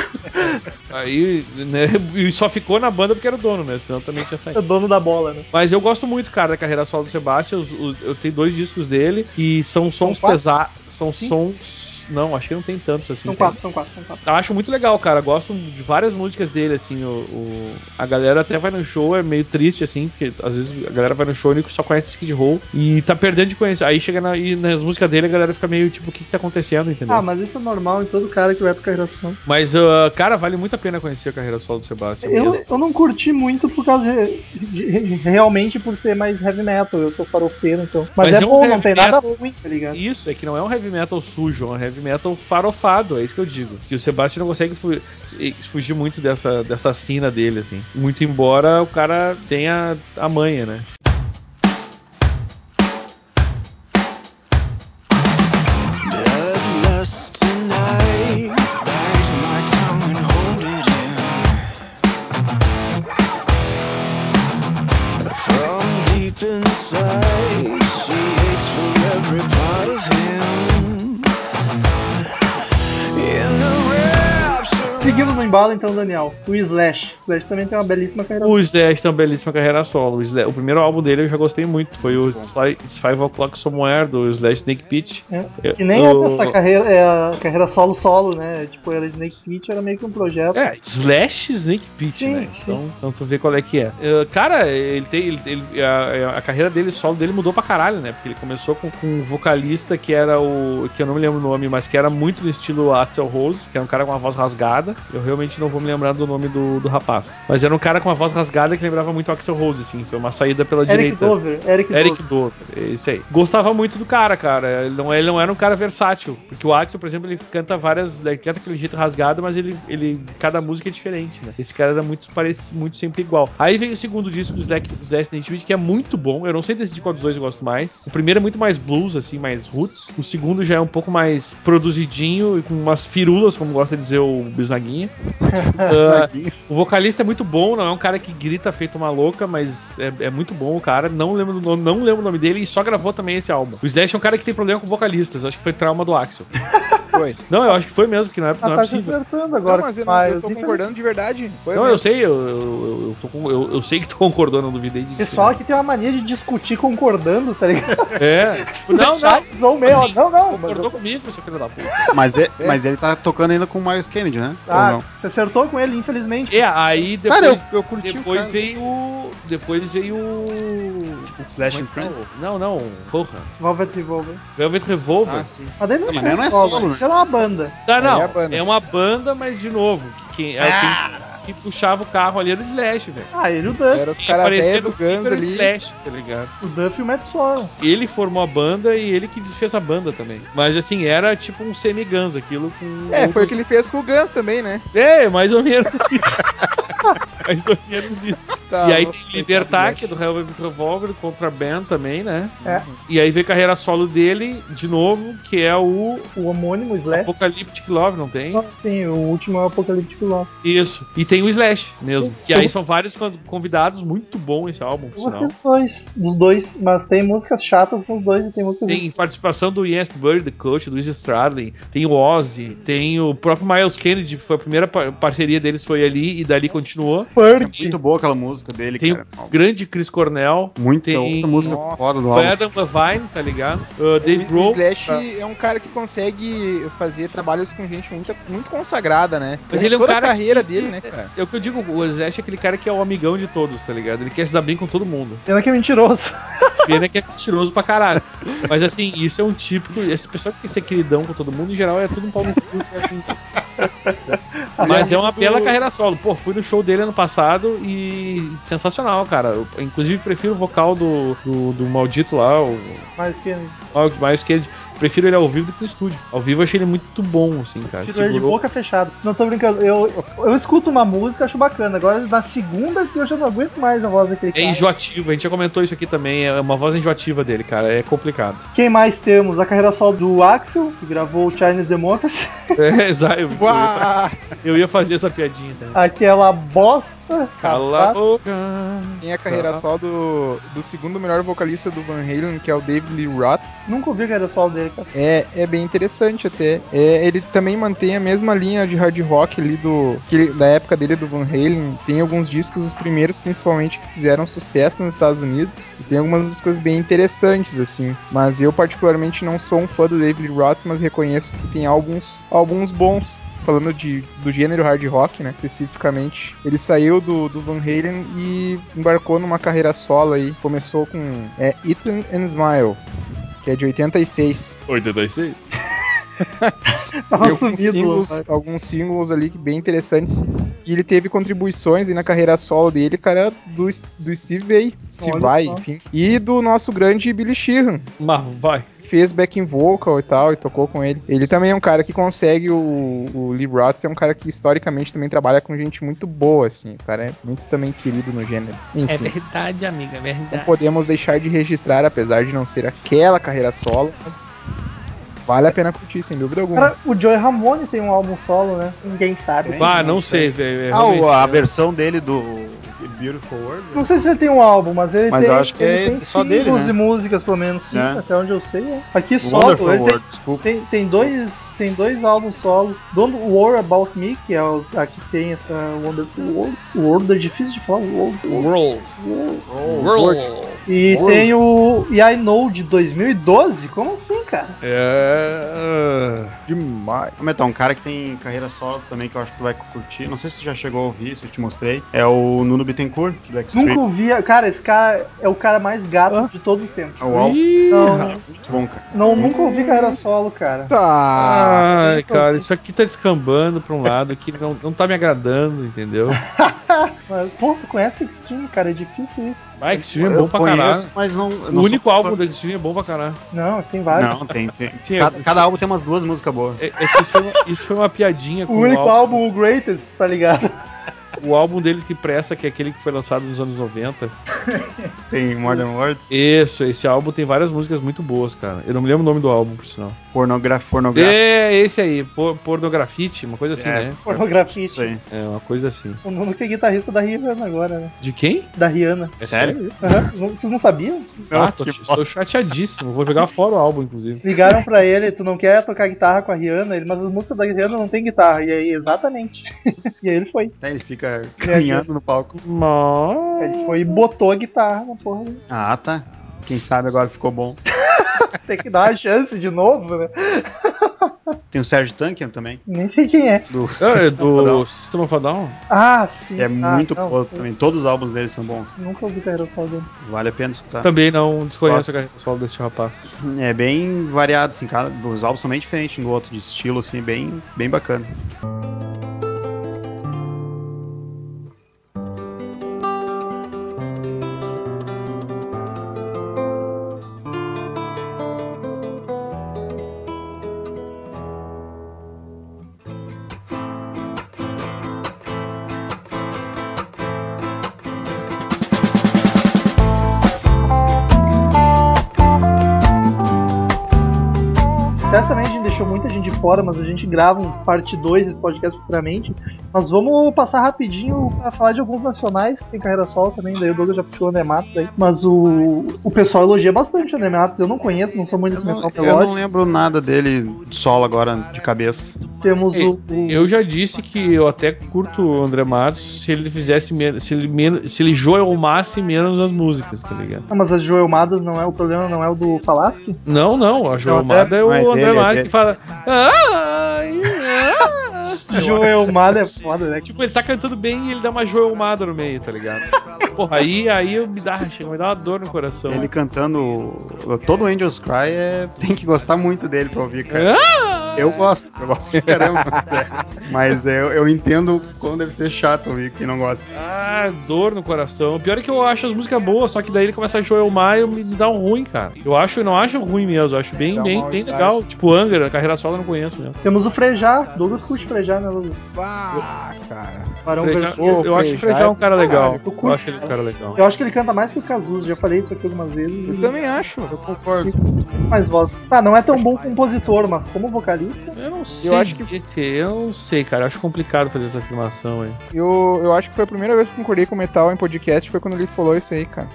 S7: Aí, né, e só ficou na banda porque era o dono, né? Senão também tinha saído.
S3: É dono da bola, né?
S7: Mas eu gosto muito, cara, da carreira solo do Sebastian. Os- os- eu tenho dois discos dele e são sons
S3: quatro?
S7: pesados. São
S3: Sim.
S7: sons. Não, acho que não tem tantos assim.
S3: São
S7: tem-
S3: quatro, são quatro, são quatro.
S7: Eu acho muito legal, cara. Gosto de várias músicas dele, assim. O, o- A galera até vai no show, é meio triste, assim, porque às vezes a galera vai no show e só conhece Skid Row e tá perdendo de conhecer. Aí chega na- e nas músicas dele, a galera fica meio tipo, o que, que tá acontecendo, entendeu?
S3: Ah, mas isso é normal em todo cara que vai pra carreira solo.
S7: Mas, ah, cara, vale muito a pena conhecer a carreira solo do Sebastian.
S3: Eu,
S7: mesmo.
S3: eu não curti muito por causa de, de- realmente por ser mais heavy metal. Eu sou farofeiro, então. Mas,
S7: Mas
S3: é,
S7: é um
S3: bom, não
S7: heavy
S3: tem nada
S7: metal-
S3: ruim, tá ligado?
S7: Isso, é que não é um heavy metal sujo, é um heavy metal farofado, é isso que eu digo. Que o Sebastian não consegue fu- fugir muito dessa, dessa sina dele, assim. Muito embora o cara tenha a manha, né?
S2: Bloodlust tonight. Bite my tongue and hold it in. From deep inside, she aches for every part of him. In the rapture.
S3: Seguimos no embalo então, Daniel. O Slash. O Slash também tem uma belíssima carreira.
S7: O Slash tem uma belíssima carreira solo. O, Slash- o primeiro álbum dele eu já gostei muito. Foi o Sly- It's Five O'Clock Somewhere, do Slash Snake Pit.
S3: É, que nem é dessa carreira, é a carreira solo solo, né? Tipo, era Snake Pit, era meio que um projeto.
S7: É, Slash Snake Pit,
S3: Sim,
S7: né?
S3: sim.
S7: Então, então tu vê qual é que é. Eh, cara, ele tem. ele- ele- a, a carreira dele, o solo dele mudou pra caralho, né? Porque ele começou com, com um vocalista que era o. que eu não me lembro o nome, mas que era muito no estilo Axel Rose, que era um cara com uma voz rasgada. Eu realmente não vou me lembrar do nome do, do rapaz. Mas era um cara com uma voz rasgada que lembrava muito Axel Rose, assim. Foi uma saída pela
S3: Eric
S7: direita.
S3: Dover. Eric,
S7: Eric
S3: Dover.
S7: Dover, é isso aí. Gostava muito do cara, cara. Ele não, ele não era um cara versátil. Porque o Axel, por exemplo, ele canta várias. né, Ele canta aquele jeito rasgado, mas ele, ele cada música é diferente, né? Esse cara era muito, parece, muito sempre igual. Aí vem o segundo disco do Zack- do Zé Snitchmith, que é muito bom. Eu não sei decidir qual dos dois eu gosto mais. O primeiro é muito mais blues, assim, mais roots. O segundo já é um pouco mais produzidinho e com umas firulas, como gosta de dizer o Bisnaguinha. Ah, o vocalista é muito bom, não é um cara que grita feito uma louca, mas é, é muito bom o cara. Não lembro, do nome, não lembro o nome dele e só gravou também esse álbum. O Slash é um cara que tem problema com vocalistas, eu acho que foi trauma do Axel.
S5: Foi.
S7: Não, eu acho que foi mesmo, porque na época
S3: Ah,
S7: não é
S3: tá se
S7: possível.
S3: acertando agora.
S5: não, mas eu, não,
S3: mas
S5: eu tô
S3: infelizmente-
S5: concordando de verdade. Foi né?
S7: Não,
S5: mesmo.
S7: eu sei, eu, eu, eu- eu tô com- eu- eu sei que tu concordou, não duvidei disso.
S3: Pessoal aqui tem uma mania de discutir concordando, tá ligado?
S7: É.
S3: Tipo,
S7: Não, não.
S3: Eles vão meio, ó,
S7: Assim,
S3: não, não. mas eu-
S7: Concordou comigo, seu filho da puta.
S6: Mas, é- mas ele tá tocando ainda com o Miles Kennedy, né? Ou
S3: Ah,
S6: não?
S3: você acertou com ele, infelizmente.
S7: É, aí depois.
S6: Cara, eu, eu curti
S7: depois
S6: o cara.
S7: veio. o- Depois veio o.
S6: Slash and
S7: Como é que é o-
S6: Friends?
S7: Não, não. Porra.
S3: Velvet Revolver.
S7: Velvet Revolver.
S6: Ah, sim.
S3: Mas daí não,
S6: Não, mas
S3: tinha
S6: não é
S3: um
S6: solo, né?
S3: Sei lá, uma banda.
S7: Ah, não.
S5: Aí é
S7: É,
S5: a banda.
S7: uma banda, mas de novo. Quem, é quem, que puxava o carro ali era o Slash, velho.
S3: Ah, ele e o
S6: É.
S3: Duff.
S5: Era os
S7: Quem
S5: caras
S7: aparecia
S5: velhos do
S7: no
S5: Guns
S7: clipe era o
S5: ali.
S7: Slash, tá ligado?
S3: O Duff e o Matt Sorum.
S7: Ele formou a banda e ele que desfez a banda também. Mas assim, era tipo um semi-Guns aquilo com.
S5: É, foi o que ele fez com o Guns também, né?
S7: É, mais ou menos isso. mais ou menos isso.
S5: Tá
S7: e aí
S5: louco,
S7: tem
S5: coitado
S7: Libertar,
S5: do
S7: que é do Velvet Revolver, contra Band também, né?
S3: É.
S7: E aí vem carreira solo dele, de novo, que é o
S3: O homônimo Slash.
S7: Apocalyptic Love, não tem?
S3: Sim, o último é o Apocaliptic Love.
S7: Isso. E tem o Slash mesmo. Que aí são vários con- convidados, muito bom esse álbum, por
S3: Eu
S7: sinal.
S3: gostei dos dois, dos dois, mas tem músicas chatas com os dois e tem músicas.
S7: Tem participação do Yes Bird, The Coach, do Izzy Stradlin, tem o Ozzy, tem o próprio Miles Kennedy, foi a primeira par- parceria deles foi ali e dali continuou.
S6: É
S3: Bird.
S6: muito boa aquela música dele,
S7: Tem
S6: cara.
S7: o grande Chris Cornell,
S6: Muito
S7: tem-
S6: outra música
S5: Nossa.
S6: foda do
S7: o
S6: álbum.
S7: Adam Levine, tá ligado? Uh, Dave
S5: O- O
S7: Grohl.
S5: Slash é um cara que consegue fazer trabalhos com gente muito, muito consagrada, né?
S7: Mas ele é um
S5: Toda
S7: cara
S5: a carreira
S7: que-
S5: dele, né, cara?
S7: É o que eu digo, o Slash é aquele cara que é o amigão de todos, tá ligado? Ele quer se dar bem com todo mundo.
S3: Pena que é mentiroso.
S7: Pena que é mentiroso pra caralho. Mas assim, isso é um típico. Esse pessoal que quer ser queridão com todo mundo, em geral, é tudo um pau no cu. que é assim. Mas é uma bela carreira solo. Pô, fui no show dele ano passado e sensacional, cara. Eu, inclusive, prefiro o vocal do, do, do maldito lá, o
S3: Mas que
S7: Miles- Miles Kennedy. Prefiro ele ao vivo do que no estúdio. Ao vivo eu achei ele muito bom, assim, cara.
S3: tirou ele de
S7: Segurou.
S3: boca fechada. Não tô brincando. Eu, eu escuto uma música, acho bacana. Agora na segunda eu já não aguento mais a voz daquele
S7: É
S3: cara.
S7: enjoativo, a gente já comentou isso aqui também. É uma voz enjoativa dele, cara. É complicado.
S3: Quem mais temos? A carreira solo do Axel, que gravou o Chinese Democracy.
S7: É, exato. Eu,
S5: Uau!
S7: eu ia fazer essa piadinha tá? também.
S3: Aquela bosta.
S7: Cala a boca.
S5: Tem a carreira
S7: Tá.
S5: só do, do segundo melhor vocalista do Van Halen, que é o David Lee Roth.
S3: Nunca ouvi a carreira solo dele, cara.
S5: É, é bem interessante até. É, ele também mantém a mesma linha de hard rock ali do que ele- da época dele do Van Halen. Tem alguns discos, os primeiros principalmente, que fizeram sucesso nos Estados Unidos. E tem algumas das coisas bem interessantes, assim. Mas eu particularmente não sou um fã do David Lee Roth, mas reconheço que tem alguns, alguns bons. Falando de, do gênero hard rock, né? Especificamente. Ele saiu do, do Van Halen e embarcou numa carreira solo aí. Começou com é, Ethan and Smile, que é de 86.
S7: 86?
S3: Tava
S5: E
S3: um
S5: alguns
S3: sumido.
S5: singles, alguns singles ali que bem interessantes. E ele teve contribuições aí na carreira solo dele, cara, do, do Steve Vai, Steve
S3: Olha
S5: Vai,
S3: só.
S5: enfim. E do nosso grande Billy Sheehan.
S7: Mas vai.
S5: Fez backing vocal e tal, e tocou com ele. Ele também é um cara que consegue, o, o Lee Roth é um cara que historicamente também trabalha com gente muito boa, assim. O cara é muito também querido no gênero.
S3: É
S5: Enfim.
S7: verdade, amiga, é
S5: Não
S7: verdade.
S5: podemos deixar de registrar, apesar de não ser aquela carreira solo, mas vale a pena curtir, sem dúvida alguma.
S3: Cara, o Joey Ramone tem um álbum solo, né? Ninguém sabe.
S6: Tem?
S7: Ah, não sei, velho. é
S6: Ah, o-
S7: realmente-
S6: a versão dele do Beautiful World.
S3: Não sei se ele tem um álbum, mas ele
S6: Mas
S3: tem,
S6: eu acho que
S3: ele
S6: é
S3: tem
S6: só dele,
S3: singles
S6: né?
S3: e músicas, pelo menos, sim,
S6: É.
S3: até onde eu sei. É. Aqui solo,
S6: Wonderful
S3: ele tem,
S6: World, desculpa.
S3: tem, tem dois, tem dois álbuns solos. Don't Worry About Me, que é o, a que tem essa Wonderful World. World é difícil de falar, World, World,
S7: World.
S3: World.
S7: World.
S3: E
S6: World.
S3: tem o E I Know de 2012? Como assim, cara?
S7: É.
S5: demais.
S6: Vamos então, um cara que tem carreira solo também que eu acho que tu vai curtir. Não sei se tu já chegou a ouvir, se eu te mostrei. É o Nuno Bittencourt, do Backstreet.
S3: Nunca ouvi. Cara, esse cara é o cara mais gato de todos os tempos.
S6: É o álbum.
S7: Ih,
S3: Não,
S6: Muito bom, cara.
S3: não nunca ouvi carreira solo, cara.
S5: Tá.
S6: Ah,
S7: Ai,
S6: então
S7: cara, isso aqui tá descambando pra um lado que não, não tá me agradando, entendeu?
S3: Mas, pô, tu conhece Extreme, cara? É difícil isso.
S7: Vai, Extreme é bom pra
S6: Conheço,
S7: caralho.
S6: mas não. eu
S7: O
S6: não
S7: único
S6: sou
S7: álbum
S6: fã.
S7: do Extreme é bom pra caralho.
S3: Não, tem vários.
S6: Não, tem. tem.
S7: Sim,
S6: Cada,
S7: eu-
S6: cada álbum tem umas duas músicas boas.
S7: É- é que isso, foi uma, isso foi uma piadinha com
S3: O único álbum, o Greatest, tá ligado?
S7: o álbum deles que presta, que é aquele que foi lançado nos anos 90.
S6: Tem Modern Words?
S7: Isso, esse álbum tem várias músicas muito boas, cara. Eu não me lembro o nome do álbum, por sinal.
S6: Pornogra pornográfico.
S7: É, esse aí, por, Pornografite, uma coisa assim,
S6: É.
S7: né?
S6: Isso
S3: Pornografite.
S6: aí.
S7: É, uma coisa assim.
S3: O Nuno que é guitarrista da Rihanna agora, né?
S7: De quem?
S3: Da Rihanna.
S6: É sério?
S3: Aham. Não- Vocês não sabiam?
S7: Ah, tô,
S6: que
S7: estou chateadíssimo. Vou jogar fora o álbum, inclusive.
S3: Ligaram pra ele, tu não quer tocar guitarra com a Rihanna? Ele, mas as músicas da Rihanna não tem guitarra. E aí, exatamente. e aí ele foi.
S6: Até ele fica caminhando no palco.
S7: Mas...
S3: Ele foi e botou a guitarra na porra.
S6: Ah, tá. Quem sabe agora ficou bom.
S3: Tem que dar uma chance de novo, né?
S6: Tem o Sérgio Tankian também.
S3: Nem sei quem é.
S6: Do
S7: Ah, é
S6: System of a Down,
S7: do System of a Down?
S3: Ah, sim.
S6: que é
S3: Ah,
S6: muito
S3: não,
S6: bom
S3: eu
S6: também. Todos os álbuns dele são bons.
S3: Nunca ouvi carreira solo dele.
S6: Vale a pena escutar.
S7: Também não desconheço a carreira pessoal desse rapaz.
S6: É bem variado, assim. Cada, os álbuns são bem diferentes um do outro, de estilo, assim, bem, bem bacana.
S3: Certamente a gente deixou muita gente de fora, mas a gente grava um parte 2 desse podcast futuramente. Mas vamos passar rapidinho pra falar de alguns nacionais que tem carreira solo também. Daí o Douglas já puxou o André Matos aí. Mas o, o pessoal elogia bastante o André Matos. Eu não conheço, não sou muito
S6: Eu
S3: desse
S6: não,
S3: metal
S6: eu não
S3: melódico.
S6: lembro nada dele de solo agora, de cabeça.
S3: Temos o, o-
S7: Eu já disse que eu até curto o André Matos se ele fizesse menos. Se ele, menos, se ele joelmasse menos as músicas, tá ligado?
S3: Ah, mas as Joelmadas não é o problema, não é o do Falasque?
S7: Não, não, a Joelmada é o
S6: Ah, é dele,
S7: André
S6: é
S7: Matos
S6: dele.
S7: que fala. "Ai, ah".
S3: Joelmada é foda, né?
S7: Tipo, ele tá cantando bem e ele dá uma joelmada no meio, tá ligado? Porra, aí, aí eu me dá, chega, me dá uma dor no coração.
S6: Ele cantando todo Angels Cry, é, tem que gostar muito dele pra ouvir, cara.
S7: Ah!
S6: Eu gosto, eu gosto pra caramba, sério. Mas eu, eu entendo como deve ser chato ouvir quem não gosta.
S7: Ah, dor no coração. O pior é que eu acho as músicas boas, só que daí ele começa a joelmar e eu- me dá um ruim, cara. Eu acho, eu não acho ruim mesmo, eu acho bem,
S6: Dá um
S7: bem, bem
S6: mal-estar.
S7: legal. Tipo, Angra, carreira solo eu não conheço mesmo.
S3: Temos o Frejá, Douglas curte Frejá, né, Douglas?
S6: Ah, cara.
S3: Barão
S7: Frejá-
S3: Vermelho.
S7: eu, eu acho o Frejá um cara legal.
S3: tu curte,
S7: Eu acho ele um cara legal.
S3: Eu acho que ele canta mais que o Cazuza, já falei isso aqui algumas vezes.
S5: Eu
S3: e-
S5: também acho. Eu concordo.
S3: mais voz. Tá, não é tão bom compositor, mas como vocalista.
S7: Eu não sei,
S5: acho que-
S7: dizer se- é, eu não sei, cara. Eu acho complicado fazer essa afirmação aí.
S5: Eu, eu acho que foi a primeira vez que eu concordei com o Metal em podcast, foi quando ele falou isso aí, cara.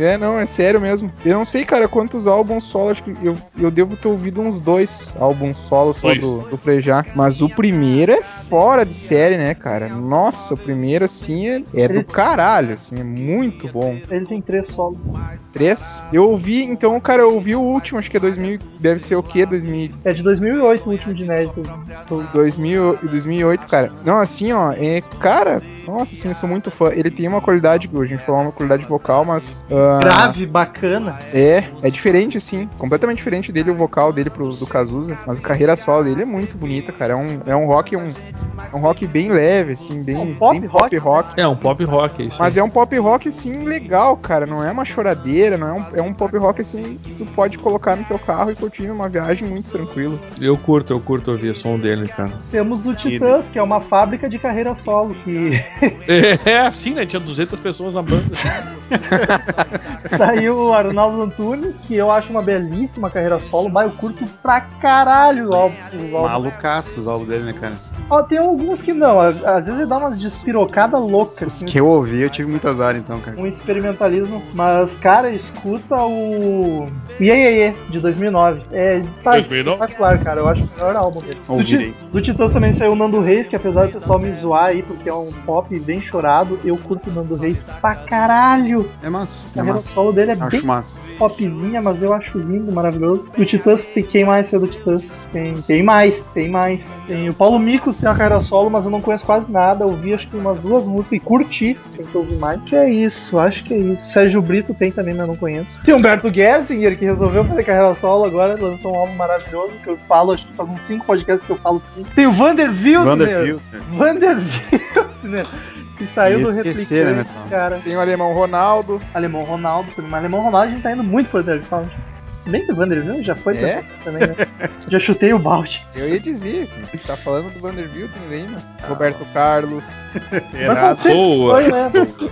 S5: é, não, é sério mesmo. Eu não sei, cara, quantos álbuns solo, acho que eu, eu devo ter ouvido uns dois álbuns solo só
S7: Dois.
S5: do, do Frejá. Mas o primeiro é fora de série, né, cara? Nossa, o primeiro, assim, é, é do caralho, assim, é muito bom.
S3: Ele tem três solos.
S5: Três. Eu ouvi, então, cara, eu ouvi o último, acho que é 2000, deve ser o quê? 2000,
S3: É de 2008 o último de inédito.
S5: 2000, e 2008, cara. Não, assim, ó, é, cara, nossa, assim, eu sou muito fã. Ele tem uma qualidade, a gente falou uma qualidade vocal, mas ah,
S3: Grave, bacana.
S5: é, é diferente, assim, completamente diferente dele, o vocal dele pro do Cazuza, mas a carreira solo dele é muito bonita, cara. É um, é um rock, um, é um rock bem leve, assim, bem
S3: um pop
S5: bem
S3: rock,
S5: pop rock.
S7: É, um pop rock, é isso.
S5: Mas é um pop rock, assim, legal, cara. Não é uma choradeira, não é um, é um pop rock, assim, que tu pode colocar no teu carro e curtir numa viagem muito tranquilo.
S7: aí. Eu curto, eu curto ouvir o som dele, cara.
S3: Temos o Titãs, que é uma fábrica de carreira solo. Que
S7: É, sim, né? Tinha 200 pessoas na banda.
S3: saiu o Arnaldo Antunes, que eu acho uma belíssima carreira solo, mas eu curto pra caralho os álbuns. os álbuns.
S6: Malucaço os álbuns dele, né, cara?
S3: Ó, tem alguns que não, às às vezes ele dá umas despirocadas loucas.
S6: Os
S3: assim,
S6: que eu ouvi, eu tive muito azar, então, cara.
S3: um experimentalismo, mas cara, escuta o Iê Iê Iê, de 2009. É, tá
S7: 2009?
S3: espetacular, cara, eu acho o melhor álbum dele. Do,
S6: Ouvirei.
S3: Ti- do Titãs também saiu o Nando Reis, que apesar do pessoal me zoar aí, porque é um pop bem chorado, eu curto o Nando Reis pra caralho.
S6: É massa,
S3: A
S6: é
S3: carreira
S6: massa.
S3: solo dele é bem
S6: Acho massa.
S3: popzinha, mas eu acho lindo, maravilhoso. Do Titãs, tem quem mais saiu do Titãs? Tem, tem mais, tem mais. Tem o Paulo Micos, tem uma carreira solo, mas eu não conheço quase nada. Eu ouvi acho que umas duas músicas e curti. Tem que ouvir mais. Que é isso, acho que é isso. Sérgio Brito tem também, mas eu não conheço. Tem Humberto Gessinger, que resolveu fazer carreira solo agora, lançou um álbum maravilhoso que eu falo, acho que faz uns cinco podcasts que eu falo cinco. Tem o né? Vander Wildner.
S6: Vanderbilt.
S3: Vander Wildner, né? Que saiu
S6: Ia
S3: do
S6: esquecer, né,
S3: Replicante,
S6: Metal?
S3: cara.
S5: Tem o alemão Ronaldo,
S3: Alemão Ronaldo, mas Alemão Ronaldo a gente tá indo muito pro Underground. Se bem que o Vanderbilt já foi
S9: É?
S3: testado também, né? já chutei o balde.
S9: Eu ia dizer, tá falando do Vanderbilt também, mas.
S3: Ah,
S9: Roberto Carlos.
S3: Mas
S6: Errado.
S3: sempre
S7: Boa.
S3: foi, né?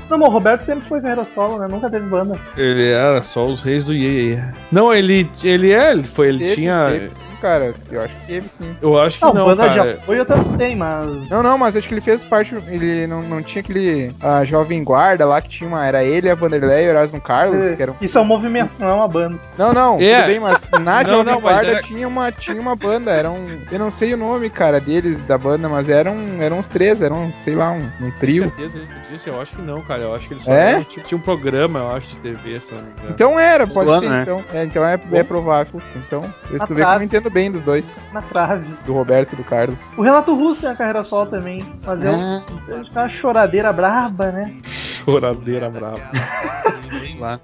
S3: Não, mas o Roberto sempre foi carreira solo, né? Nunca teve banda.
S7: Ele era só os reis do Yeye. Não, ele, ele é, ele foi, ele
S9: Teve,
S7: tinha.
S9: teve sim, cara. Eu acho que teve sim.
S7: Eu acho que
S3: Não,
S7: não,
S3: banda de
S7: cara.
S3: apoio também tem, mas.
S9: Não, não, mas acho que ele fez parte. Ele não, não tinha aquele a jovem guarda lá que tinha uma. Era ele, a Vanderlei e o Erasmo Carlos, que eram.
S3: Isso é um movimento, não é uma banda.
S9: Não, não,
S7: É.
S9: tudo bem, mas na
S7: Não,
S9: Jovem
S7: não, mas
S9: Guarda
S7: era-
S9: tinha, uma, tinha uma banda, era um. Eu não sei o nome, cara, deles, da banda, mas eram, eram uns três, eram, sei lá, um, um
S7: Com
S9: trio.
S7: certeza, ele disse, eu acho que não, cara. Eu acho que ele só
S9: É?
S7: era um tipo- tinha um programa, eu acho, de TV, se não me engano.
S9: Então era, pode
S6: Fulano,
S9: ser,
S6: né?
S9: então. É, então é, é provável. Então, eu
S3: Ah,
S9: estou vendo
S3: tá.
S9: que eu me entendo bem dos dois,
S3: Na é trave.
S9: do Roberto e do Carlos.
S3: O Renato Russo tem a carreira solo também, mas é um- é uma choradeira braba, né?
S7: Choradeira brava.
S6: Lá.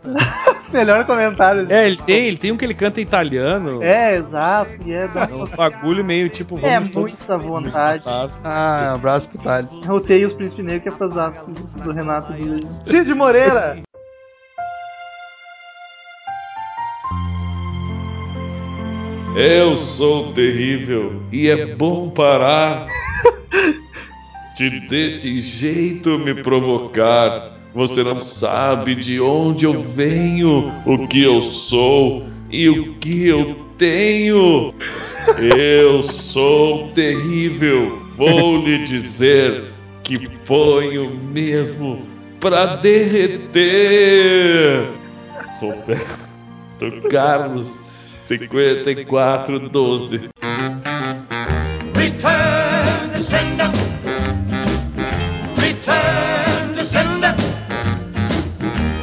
S3: Melhor comentário.
S7: É, ele tem, ele tem um que ele canta italiano.
S3: É, exato. E é, da-
S7: Um bagulho meio tipo.
S3: é
S7: vamos todos
S3: muita vontade.
S7: juntar.
S6: Ah, abraço pro Thales.
S3: Rotei os príncipes negros que é pras aspas do Renato Russo. Cid Moreira!
S7: Eu sou terrível e é bom parar de desse jeito me provocar. Você não sabe de onde eu venho, o que eu sou e o que eu tenho. Eu sou terrível, vou lhe dizer que ponho mesmo pra derreter. Roberto Carlos. 5412.
S2: Return to sender. Return to sender.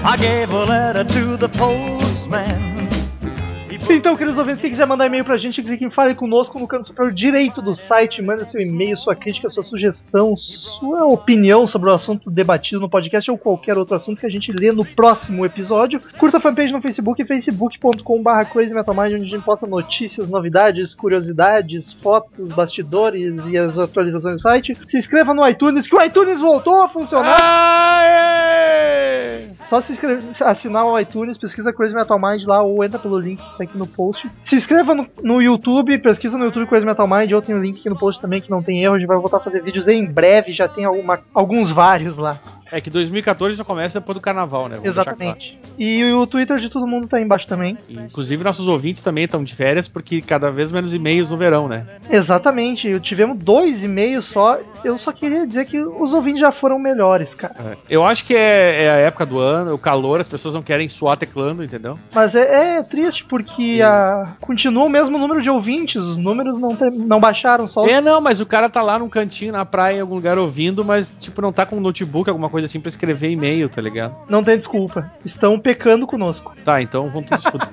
S2: I gave a letter to the postman.
S3: Então, queridos ouvintes, quem quiser mandar e-mail pra gente, clique em Fale Conosco no canto superior direito do site. Manda seu e-mail, sua crítica, sua sugestão, sua opinião sobre o assunto debatido no podcast ou qualquer outro assunto que a gente lê no próximo episódio. Curta a fanpage no Facebook, facebook.com.br crazymetalmind, onde a gente posta notícias, novidades, curiosidades, fotos, bastidores e as atualizações do site. Se inscreva no iTunes, que o iTunes voltou a funcionar. Só se inscrever, se assinar o iTunes, pesquisa Crazy Metal Mind lá ou entra pelo link que tá aqui no post. Se inscreva no, no YouTube, pesquisa no YouTube Crazy Metal Mind, ou tem o link aqui no post também que não tem erro, a gente vai voltar a fazer vídeos em breve, já tem alguma- alguns vários lá.
S7: É que 2014 já começa depois do carnaval, né? Vamos deixar
S3: Exatamente. E o Twitter de todo mundo tá aí embaixo também.
S7: claro. Inclusive, nossos ouvintes também estão de férias, porque cada vez menos e-mails no verão, né?
S3: Exatamente, eu tivemos dois e meio só, eu só queria dizer que os ouvintes já foram melhores, cara.
S7: Eu acho que é, é a época do ano, o calor, as pessoas não querem suar teclando, entendeu?
S3: Mas é, é triste porque a, continua o mesmo número de ouvintes, os números não, tem- não baixaram, só os
S7: É, não, mas o cara tá lá num cantinho, na praia, em algum lugar ouvindo, mas, tipo, não tá com um notebook, alguma coisa assim pra escrever e-mail, tá ligado?
S3: Não tem desculpa. Estão pecando conosco.
S7: Tá, então vamos todos fuder.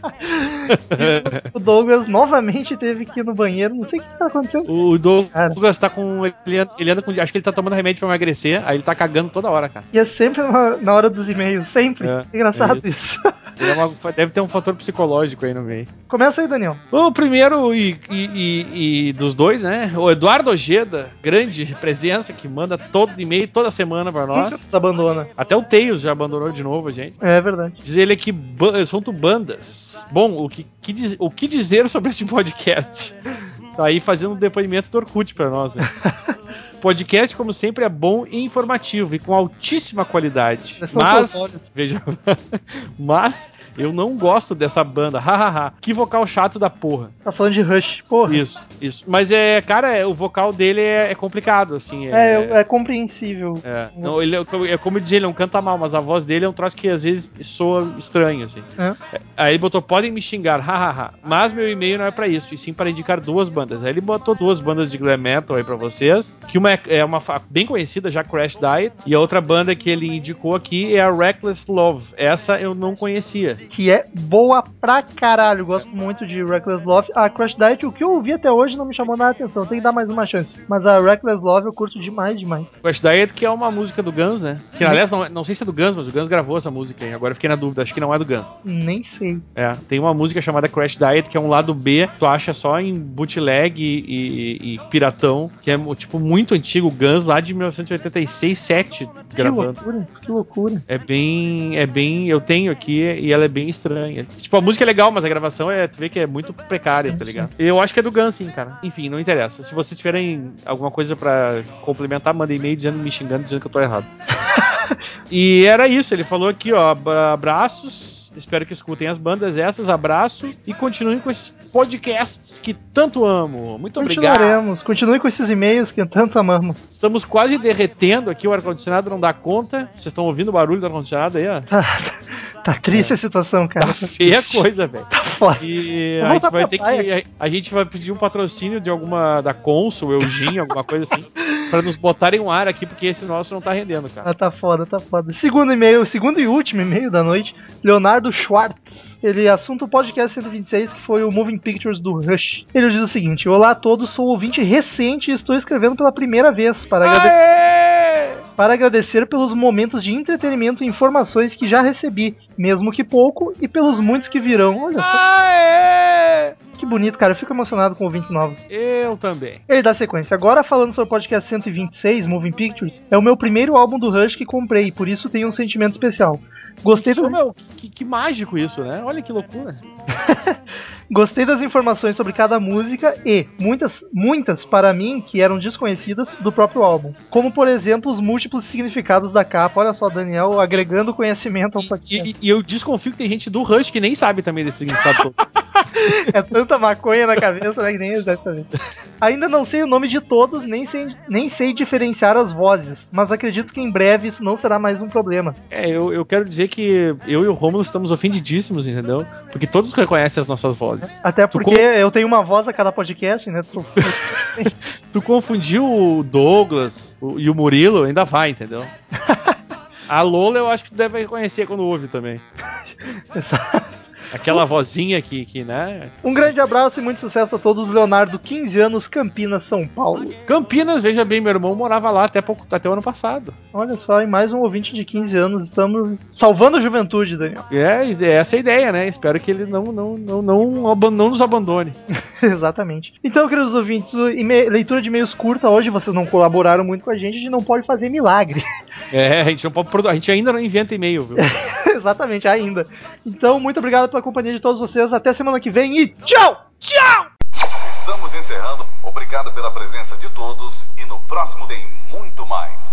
S3: O Douglas novamente teve que ir no banheiro. Não sei o que tá acontecendo.
S7: O
S3: Cara.
S7: Douglas tá com. Ele anda, ele anda com. Acho que ele tá tomando remédio pra emagrecer, aí ele tá cagando toda hora, cara.
S3: E é sempre na, na hora dos e-mails. Sempre.
S7: É,
S3: Engraçado isso.
S7: Ele é uma- deve ter um fator psicológico aí no meio.
S3: Começa aí, Daniel.
S7: O primeiro e, e- e- e dos dois, né? O Eduardo Ojeda, grande presença, que manda todo e-mail toda semana pra
S3: Nunca
S7: nós.
S3: nos abandona.
S7: Até o Tails já abandonou de novo a gente.
S3: É verdade.
S7: Diz ele aqui, ba- assunto bandas. Bom, o que, que diz- o que dizer sobre este podcast? Tá aí fazendo um depoimento do Orkut pra nós, né? Podcast, como sempre, é bom e informativo e com altíssima qualidade.
S3: Mas são
S7: Mas,
S3: seus olhos.
S7: veja, mas eu não gosto dessa banda. Hahaha, que vocal chato da porra.
S3: Tá falando de Rush. Porra.
S7: Isso, isso. Mas é, cara, é, o vocal dele é, é complicado, assim.
S3: É,
S7: É,
S3: eu- é compreensível.
S7: é. Não, ele é, como- é como dizer, ele não canta mal, mas a voz dele é um troço que às vezes soa estranho, assim. É, Aí ele botou, podem me xingar, hahaha. Mas meu e-mail não é pra isso, e sim para indicar duas bandas. Aí ele botou duas bandas de glam metal aí pra vocês, que uma é, é uma fa- bem conhecida, já Crash Diet, e a outra banda que ele indicou aqui é a Reckless Love. Essa eu não conhecia.
S3: Que é boa pra caralho. Gosto muito de Reckless Love. A Crash Diet, o que eu ouvi até hoje, não me chamou nada a atenção. Tem que dar mais uma chance. Mas a Reckless Love eu curto demais, demais.
S7: Crash Diet, que é uma música do Guns, né? Que aliás, não, não sei se é do Guns, mas o Guns gravou essa música aí. Agora eu fiquei na dúvida, acho que não é do Guns.
S3: Nem sei.
S7: É, tem uma música chamada Crash Diet, que é um lado B, tu acha só em bootleg e, e- e piratão, que é tipo muito antigo, Guns lá de 1986, 7,
S3: Que
S7: gravando.
S3: loucura, que loucura.
S7: É bem. É bem. Eu tenho aqui e ela é bem estranha. Tipo, a música é legal, mas a gravação é. Tu vê que é muito precária, tá ligado? Eu acho que é do Guns, sim, cara. Enfim, não interessa. Se vocês tiverem alguma coisa pra complementar, manda e-mail dizendo, me xingando, dizendo que eu tô errado. e era isso, ele falou aqui, ó, abra- abraços. Espero que escutem as bandas essas, abraço e continuem com esses podcasts que tanto amo. Muito obrigado.
S3: Continuaremos. Continue com esses e-mails que tanto amamos.
S7: Estamos quase derretendo aqui, o ar-condicionado não dá conta. Vocês estão ouvindo o barulho do ar-condicionado aí, ó?
S3: Tá, tá triste a situação, cara.
S7: Tá feia a coisa, velho.
S3: Tá foda.
S7: E
S3: Vamos
S7: a gente
S3: voltar
S7: vai
S3: pra
S7: ter que.
S3: praia.
S7: A, a gente vai pedir um patrocínio de alguma. da Consul, Eugênio, alguma coisa assim. pra nos botarem um ar aqui, porque esse nosso não tá rendendo, cara.
S3: Ah, tá foda, tá foda. Segundo e-mail, segundo e último e-mail da noite, Leonardo Schwartz. Ele é assunto o podcast 126, que foi o Moving Pictures do Rush. Ele diz o seguinte: Olá a todos, sou ouvinte recente e estou escrevendo pela primeira vez para, agrade- para agradecer pelos momentos de entretenimento e informações que já recebi, mesmo que pouco, e pelos muitos que virão. Olha só. Que bonito, cara. Eu fico emocionado com ouvintes novos.
S7: Eu também.
S3: Ele dá sequência. Agora falando sobre o podcast 126, Moving Pictures, é o meu primeiro álbum do Rush que comprei, por isso tenho um sentimento especial. Gostei das,
S7: Ô, meu, que, que- que mágico isso, né? Olha que loucura.
S3: gostei das informações sobre cada música e muitas, muitas para mim que eram desconhecidas do próprio álbum. Como por exemplo os múltiplos significados da capa. Olha só, Daniel agregando conhecimento ao
S7: E,
S3: podcast.
S7: e- e eu desconfio que tem gente do Rush que nem sabe também desse significado todo.
S3: É tanta maconha na cabeça, né? Que nem exatamente. Ainda não sei o nome de todos, nem sei, nem sei diferenciar as vozes, mas acredito que em breve isso não será mais um problema.
S7: É, eu, eu quero dizer que eu e o Rômulo estamos ofendidíssimos, entendeu? Porque todos reconhecem as nossas vozes.
S3: Até
S7: Tu
S3: porque
S7: com-
S3: eu tenho uma voz a cada podcast, né? Tu-
S7: Tu confundiu o Douglas o- e o Murilo, ainda vai, entendeu? A Lola eu acho que tu deve reconhecer quando ouve também. Aquela vozinha que, que né?
S3: um grande abraço e muito sucesso a todos. Leonardo, 15 anos, Campinas, São Paulo.
S7: Campinas, veja bem, meu irmão morava lá até, pouco, até o ano passado.
S3: Olha só, e mais um ouvinte de 15 anos. Estamos salvando a juventude, Daniel.
S7: É, é essa a ideia, né? Espero que ele não, não, não, não, aban- não nos abandone.
S3: Exatamente. Então, queridos ouvintes, o e-mail- leitura de e-mails curta. Hoje vocês não colaboraram muito com a gente, a gente não pode fazer milagre.
S7: É, a gente, não pode, produ- a gente ainda não inventa e-mail, viu?
S3: Exatamente, ainda. Então, muito obrigado pela companhia de todos vocês. Até semana que vem e tchau!
S10: Estamos encerrando. Obrigado pela presença de todos e no próximo tem muito mais.